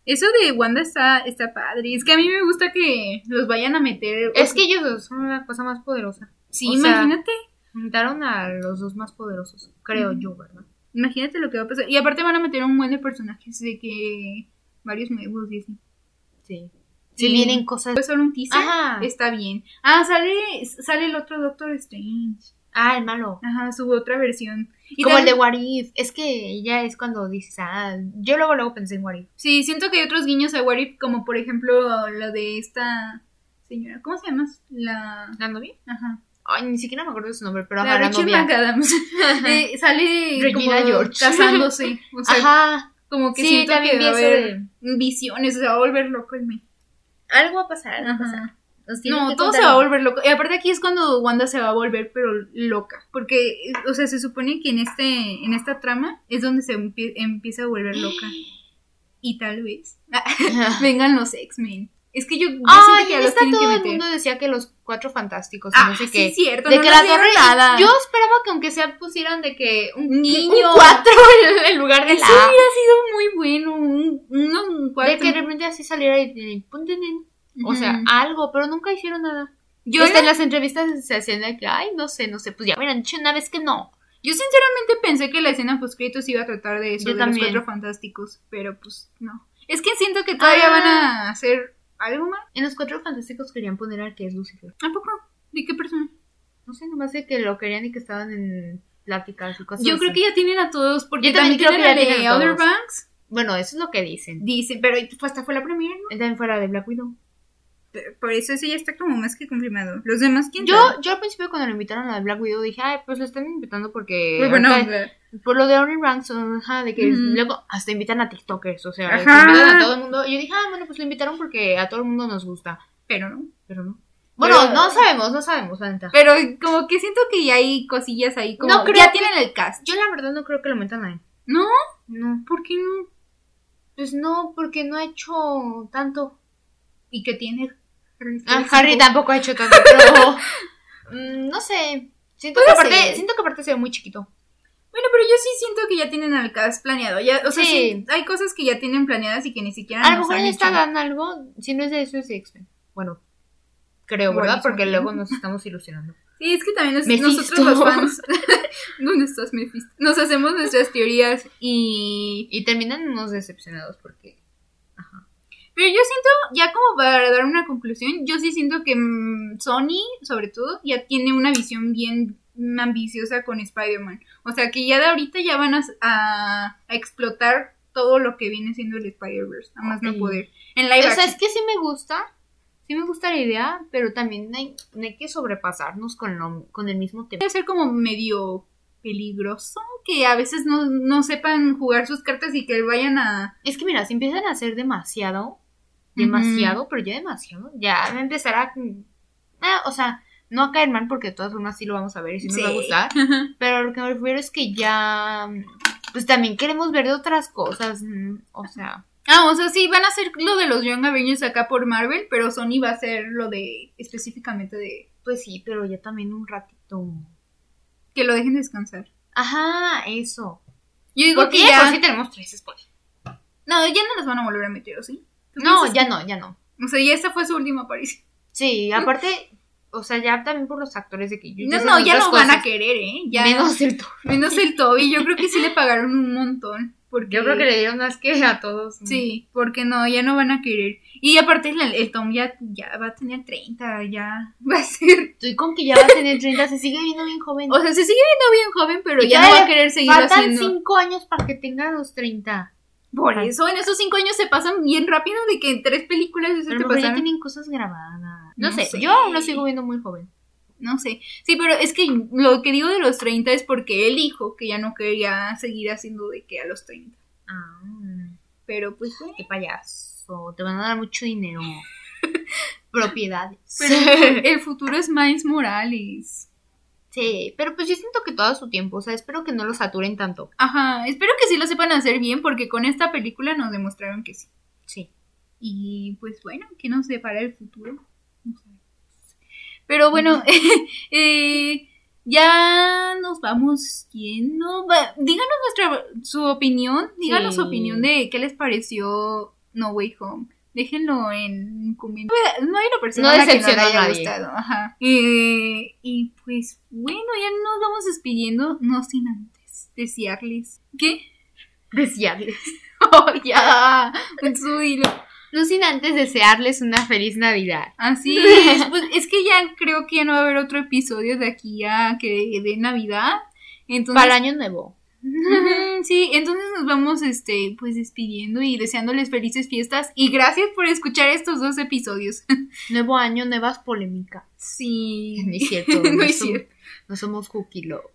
[SPEAKER 1] Eso de Wanda está, está padre. Es que a mí me gusta que los vayan a meter. o
[SPEAKER 2] Es
[SPEAKER 1] sea,
[SPEAKER 2] que ellos dos son una cosa más poderosa.
[SPEAKER 1] Sí,
[SPEAKER 2] o sea-
[SPEAKER 1] imagínate.
[SPEAKER 2] Juntaron a los dos más poderosos. Creo
[SPEAKER 1] Ujú.
[SPEAKER 2] yo, ¿verdad?
[SPEAKER 1] Imagínate lo que va a pasar. Y aparte van a meter un buen de personajes de que. Varios nuevos y así.
[SPEAKER 2] Sí. pues,
[SPEAKER 1] Sí.
[SPEAKER 2] Si vienen cosas.
[SPEAKER 1] Fue solo un teaser.
[SPEAKER 2] Ajá.
[SPEAKER 1] Está bien. Ah, sale, sale el otro Doctor Strange.
[SPEAKER 2] Ah, el malo.
[SPEAKER 1] Ajá, su otra versión. Y
[SPEAKER 2] Como el de
[SPEAKER 1] también-
[SPEAKER 2] What If. Es que ya es cuando dices, ah, yo luego luego pensé en What If.
[SPEAKER 1] Sí, siento que hay otros guiños a What If, como por ejemplo lo de esta señora. ¿Cómo se llama? La.
[SPEAKER 2] ¿La novia?
[SPEAKER 1] Ajá.
[SPEAKER 2] Ay, ni siquiera me acuerdo de su nombre, pero
[SPEAKER 1] la
[SPEAKER 2] ajá, la
[SPEAKER 1] Rachel
[SPEAKER 2] novia.
[SPEAKER 1] McAdams. Eh, sale
[SPEAKER 2] Regina
[SPEAKER 1] como
[SPEAKER 2] George.
[SPEAKER 1] casándose. O sea,
[SPEAKER 2] Ajá.
[SPEAKER 1] como que
[SPEAKER 2] Sí,
[SPEAKER 1] siento
[SPEAKER 2] también
[SPEAKER 1] que va a
[SPEAKER 2] vi eso
[SPEAKER 1] haber visiones. O sea, va a volver loco el me.
[SPEAKER 2] Algo va a pasar, algo va a pasar.
[SPEAKER 1] Ajá.
[SPEAKER 2] Nos tienen
[SPEAKER 1] No,
[SPEAKER 2] que
[SPEAKER 1] todo
[SPEAKER 2] contar
[SPEAKER 1] se va a
[SPEAKER 2] algo.
[SPEAKER 1] volver loco. Y aparte aquí es cuando Wanda se va a volver, pero loca. Porque, o sea, se supone que en este, en esta trama es donde se empie- empieza a volver loca. Y tal vez vengan los X-Men. Es que yo, yo
[SPEAKER 2] Ay,
[SPEAKER 1] siento que ya los
[SPEAKER 2] está
[SPEAKER 1] tienen que
[SPEAKER 2] todo el
[SPEAKER 1] meter.
[SPEAKER 2] mundo decía que los cuatro fantásticos, y
[SPEAKER 1] ah,
[SPEAKER 2] no sé
[SPEAKER 1] sí,
[SPEAKER 2] qué.
[SPEAKER 1] es cierto.
[SPEAKER 2] de
[SPEAKER 1] no
[SPEAKER 2] que
[SPEAKER 1] nos
[SPEAKER 2] la
[SPEAKER 1] dieron
[SPEAKER 2] torre.
[SPEAKER 1] nada.
[SPEAKER 2] Yo esperaba que aunque sea pusieran de que un
[SPEAKER 1] Un
[SPEAKER 2] niño.
[SPEAKER 1] niño.
[SPEAKER 2] cuatro en lugar de
[SPEAKER 1] Eso
[SPEAKER 2] la.
[SPEAKER 1] hubiera sido muy bueno. Un, uno, un cuarto.
[SPEAKER 2] De que de repente así saliera y- y. pun, tin, tin. O sea,
[SPEAKER 1] Ujú.
[SPEAKER 2] algo, pero nunca hicieron nada. Yo
[SPEAKER 1] yo,
[SPEAKER 2] hasta en
[SPEAKER 1] era-
[SPEAKER 2] las entrevistas se hacían de que, ay, no sé, no sé, pues ya me han dicho una vez que no.
[SPEAKER 1] yo sinceramente pensé que la escena post-créditos iba a tratar de eso,
[SPEAKER 2] Yo
[SPEAKER 1] de
[SPEAKER 2] también.
[SPEAKER 1] los cuatro fantásticos. Pero pues no. Es que siento que todavía
[SPEAKER 2] Ah.
[SPEAKER 1] van a hacer algo más.
[SPEAKER 2] En los cuatro fantásticos querían poner al que es Lucifer.
[SPEAKER 1] ¿A poco? ¿De qué persona?
[SPEAKER 2] No sé, nomás de que lo querían y que estaban en pláticas y cosas
[SPEAKER 1] Yo creo que ya tienen a todos, porque
[SPEAKER 2] Yo
[SPEAKER 1] también,
[SPEAKER 2] también creo
[SPEAKER 1] tienen
[SPEAKER 2] que ya
[SPEAKER 1] la de
[SPEAKER 2] tienen a
[SPEAKER 1] Outer
[SPEAKER 2] todos.
[SPEAKER 1] Banks.
[SPEAKER 2] Bueno, eso es lo que dicen.
[SPEAKER 1] Dicen, pero fue- hasta fue la primera, ¿no?
[SPEAKER 2] Él También fuera de Black Widow.
[SPEAKER 1] Pero Por eso ese ya está como más que confirmado. Los demás, ¿quién
[SPEAKER 2] Yo,
[SPEAKER 1] sabe?
[SPEAKER 2] yo al principio cuando lo invitaron a Black Widow dije, ay, pues lo están invitando porque...
[SPEAKER 1] Pues bueno,
[SPEAKER 2] ahorita- por lo de Only Ranks, ajá, de que
[SPEAKER 1] Ujú.
[SPEAKER 2] luego hasta invitan a TikTokers, o sea,
[SPEAKER 1] Ajá.
[SPEAKER 2] que invitan a todo el mundo. Y yo dije, ah, bueno, pues lo invitaron porque a todo el mundo nos gusta,
[SPEAKER 1] pero no.
[SPEAKER 2] pero no. Bueno,
[SPEAKER 1] Pero-
[SPEAKER 2] no sabemos, no sabemos, la neta.
[SPEAKER 1] Pero como que siento que ya hay cosillas ahí, como
[SPEAKER 2] No creo
[SPEAKER 1] ya
[SPEAKER 2] que-
[SPEAKER 1] tienen el cast.
[SPEAKER 2] Yo la verdad no creo que lo metan a él.
[SPEAKER 1] ¿No?
[SPEAKER 2] No.
[SPEAKER 1] ¿Por qué no?
[SPEAKER 2] Pues no, porque no ha hecho tanto.
[SPEAKER 1] ¿Y qué tiene?
[SPEAKER 2] Ah, Harry tampoco ha hecho tanto, pero mm, no sé. Siento que,
[SPEAKER 1] Puede
[SPEAKER 2] aparte,
[SPEAKER 1] ser.
[SPEAKER 2] siento que aparte se ve muy chiquito.
[SPEAKER 1] Bueno, pero yo sí siento que ya tienen al cast planeado. Ya, o sea,
[SPEAKER 2] Sí.
[SPEAKER 1] sí, hay cosas que ya tienen planeadas y que ni siquiera
[SPEAKER 2] A lo
[SPEAKER 1] nos
[SPEAKER 2] mejor
[SPEAKER 1] han
[SPEAKER 2] le
[SPEAKER 1] dicho.
[SPEAKER 2] Ah, está dando algo, si no es de eso es de X-Men. Bueno, creo, ¿verdad?
[SPEAKER 1] Buenísimo.
[SPEAKER 2] Porque luego nos estamos ilusionando.
[SPEAKER 1] Sí, es que también nos-
[SPEAKER 2] Mephisto.
[SPEAKER 1] nosotros los fans. ¿Dónde estás, Mephisto? Nos hacemos nuestras teorías y.
[SPEAKER 2] Y terminan unos decepcionados porque... Ajá.
[SPEAKER 1] Pero yo siento, ya como para dar una conclusión, yo sí siento que mm, Sony, sobre todo, ya tiene una visión bien ambiciosa con Spider-Man. O sea, que ya de ahorita ya van a, a- a explotar todo lo que viene siendo el Spider-Verse, a más
[SPEAKER 2] Ok.
[SPEAKER 1] no poder. En live
[SPEAKER 2] o sea,
[SPEAKER 1] action.
[SPEAKER 2] es que sí me gusta, sí me gusta la idea, pero también hay, no hay que sobrepasarnos con, lo- con el mismo tema.
[SPEAKER 1] puede ser como medio peligroso, que a veces no, no sepan jugar sus cartas y que vayan a...
[SPEAKER 2] Es que mira, si empiezan a hacer demasiado, demasiado, pero ya demasiado, ya me empezará a... ah, o sea, no a caer mal porque de todas formas sí lo vamos a ver y sí, nos va a
[SPEAKER 1] Sí.
[SPEAKER 2] gustar. Pero lo que me refiero es que ya... Pues también queremos ver de otras cosas, mm, o sea...
[SPEAKER 1] Ah, o sea, sí, van a hacer lo de los Young Avengers acá por Marvel, pero Sony va a hacer lo de específicamente de
[SPEAKER 2] Pues sí, pero ya también un ratito.
[SPEAKER 1] que lo dejen descansar.
[SPEAKER 2] Ajá, eso.
[SPEAKER 1] Yo digo
[SPEAKER 2] Porque
[SPEAKER 1] que
[SPEAKER 2] ya
[SPEAKER 1] ya...
[SPEAKER 2] por sí tenemos tres spoilers.
[SPEAKER 1] No, ya no los van a volver a meter, ¿o sí? ¿Tú
[SPEAKER 2] No,
[SPEAKER 1] piensas
[SPEAKER 2] ya
[SPEAKER 1] que-
[SPEAKER 2] no, ya no.
[SPEAKER 1] O sea, ya esa fue su última aparición.
[SPEAKER 2] Sí, aparte, o sea, ya también por los actores de que yo
[SPEAKER 1] No, no,
[SPEAKER 2] son
[SPEAKER 1] ya
[SPEAKER 2] otras
[SPEAKER 1] no van a
[SPEAKER 2] cosas.
[SPEAKER 1] querer, ¿eh? Ya,
[SPEAKER 2] Menos el Thor.
[SPEAKER 1] menos el Toby, yo creo que sí le pagaron un montón. Porque...
[SPEAKER 2] Yo creo que le dieron más que a todos. ¿no?
[SPEAKER 1] Sí, porque no, ya no van a querer. Y aparte el, el Tom ya, ya va a tener 30, ya va a ser...
[SPEAKER 2] Estoy con que ya va a tener 30, se sigue viendo bien joven.
[SPEAKER 1] O sea, se sigue viendo bien joven, pero
[SPEAKER 2] Y
[SPEAKER 1] ya no
[SPEAKER 2] todavía
[SPEAKER 1] va a querer seguir
[SPEAKER 2] Faltan
[SPEAKER 1] haciendo...
[SPEAKER 2] 5 años para que tenga los 30.
[SPEAKER 1] Por
[SPEAKER 2] Ajá.
[SPEAKER 1] eso en esos cinco años se pasan bien rápido de que en tres películas eso
[SPEAKER 2] Pero a
[SPEAKER 1] te
[SPEAKER 2] lo mejor ya
[SPEAKER 1] pasaron.
[SPEAKER 2] tienen cosas grabadas. No,
[SPEAKER 1] No
[SPEAKER 2] sé,
[SPEAKER 1] sé.
[SPEAKER 2] yo aún lo sigo viendo muy joven.
[SPEAKER 1] No sé. Sí, pero es que lo que digo de los 30 es porque él dijo que ya no quería seguir haciendo de que a los 30.
[SPEAKER 2] Ah,
[SPEAKER 1] Pero pues bueno.
[SPEAKER 2] qué payaso. Te van a dar mucho dinero. Propiedades.
[SPEAKER 1] Pero el futuro es Miles Morales.
[SPEAKER 2] sí, pero pues yo siento que todo a su tiempo. O sea, espero que no lo saturen tanto.
[SPEAKER 1] Ajá, espero que sí lo sepan hacer bien porque con esta película nos demostraron que sí.
[SPEAKER 2] Sí.
[SPEAKER 1] Y pues bueno, ¿qué nos depara el futuro? No sé. Pero bueno, eh, ya nos vamos yendo. Va- Díganos nuestra su opinión, díganos
[SPEAKER 2] Sí.
[SPEAKER 1] su opinión de qué les pareció No Way Home. Déjenlo en comentarios. No hay una persona
[SPEAKER 2] No
[SPEAKER 1] a la que no le
[SPEAKER 2] decepcionó a
[SPEAKER 1] haya
[SPEAKER 2] nadie.
[SPEAKER 1] gustado. Ajá. Eh, y pues bueno, ya nos vamos despidiendo, no sin antes desearles. ¿Qué?
[SPEAKER 2] Decía.
[SPEAKER 1] Oh, ya. Tú dilo.
[SPEAKER 2] No sin antes desearles una feliz Navidad.
[SPEAKER 1] Así es, pues es que ya creo que ya no va a haber otro episodio de aquí a que de Navidad. Entonces,
[SPEAKER 2] Para Año Nuevo.
[SPEAKER 1] Ujú, sí, entonces nos vamos este pues despidiendo y deseándoles felices fiestas y gracias por escuchar estos dos episodios.
[SPEAKER 2] Nuevo año, nuevas polémicas. No
[SPEAKER 1] Sí.
[SPEAKER 2] es cierto.
[SPEAKER 1] No es
[SPEAKER 2] som-
[SPEAKER 1] cierto.
[SPEAKER 2] No somos Cookie Love.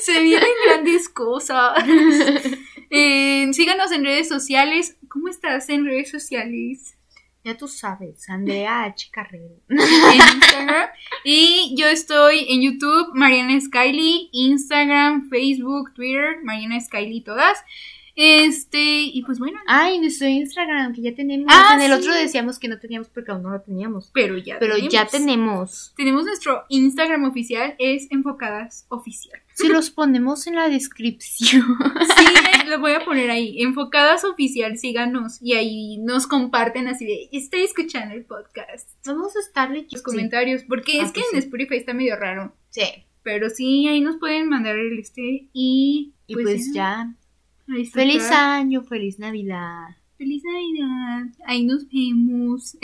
[SPEAKER 1] Se vienen grandes cosas. Eh, síganos en redes sociales. ¿Cómo estás en redes sociales?
[SPEAKER 2] Ya tú sabes, Andrea H. Carrero.
[SPEAKER 1] En Instagram. Y yo estoy en YouTube, Mariana Skyly, Instagram, Facebook, Twitter, Mariana Skyly todas. Este, y pues bueno,
[SPEAKER 2] Ay, nuestro Instagram, que ya tenemos.
[SPEAKER 1] Ah,
[SPEAKER 2] en
[SPEAKER 1] sí.
[SPEAKER 2] el otro decíamos que no teníamos porque aún no lo teníamos.
[SPEAKER 1] pero ya
[SPEAKER 2] Pero ya tenemos.
[SPEAKER 1] Tenemos nuestro Instagram oficial, es Enfocadas Oficial.
[SPEAKER 2] Si los ponemos en la descripción.
[SPEAKER 1] Sí, eh, lo voy a poner ahí. Enfocadas Oficial, síganos. Y ahí nos comparten así de, estoy escuchando el podcast.
[SPEAKER 2] Vamos a estarle
[SPEAKER 1] Los comentarios, porque
[SPEAKER 2] Ah,
[SPEAKER 1] es que
[SPEAKER 2] pues
[SPEAKER 1] en
[SPEAKER 2] sí.
[SPEAKER 1] Spotify está medio raro.
[SPEAKER 2] Sí.
[SPEAKER 1] Pero sí, ahí nos pueden mandar el este y...
[SPEAKER 2] Y pues, ya.
[SPEAKER 1] a disfrutar.
[SPEAKER 2] Feliz año, feliz Navidad.
[SPEAKER 1] Feliz Navidad. Ahí nos vemos.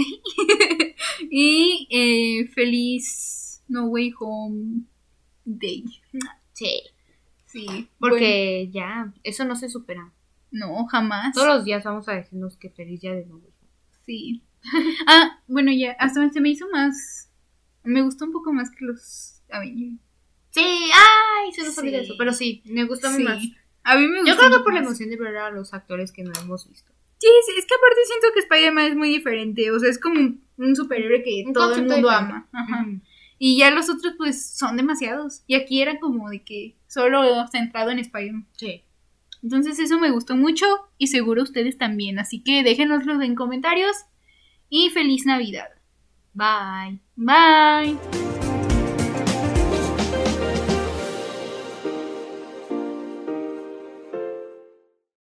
[SPEAKER 1] y eh, feliz No Way Home Day.
[SPEAKER 2] Sí.
[SPEAKER 1] Sí,
[SPEAKER 2] Porque ya, eso no se supera.
[SPEAKER 1] bueno, no, jamás.
[SPEAKER 2] Todos los días vamos a decirnos que feliz día de nuevo.
[SPEAKER 1] Sí. Ah, bueno, ya, hasta se me hizo más. Me gustó un poco más que los Avengers.
[SPEAKER 2] Sí, ay, se nos
[SPEAKER 1] Sí.
[SPEAKER 2] olvidó eso. Pero sí, me gustó
[SPEAKER 1] Sí.
[SPEAKER 2] más.
[SPEAKER 1] A mí me gustó.
[SPEAKER 2] Yo creo que
[SPEAKER 1] mucho
[SPEAKER 2] por la
[SPEAKER 1] más.
[SPEAKER 2] emoción de ver a los actores que no hemos visto.
[SPEAKER 1] Sí, sí, es que aparte siento que Spider-Man es muy diferente. O sea, es como un, un superhéroe que
[SPEAKER 2] Un
[SPEAKER 1] todo el
[SPEAKER 2] concepto
[SPEAKER 1] mundo
[SPEAKER 2] diferente.
[SPEAKER 1] ama. Ajá. Y ya los otros, pues, son demasiados. Y aquí era como de que solo centrado en Spider-Man.
[SPEAKER 2] Sí.
[SPEAKER 1] Entonces, eso me gustó mucho y seguro ustedes también. Así que déjenoslos en comentarios. Y feliz Navidad.
[SPEAKER 2] Bye.
[SPEAKER 1] Bye.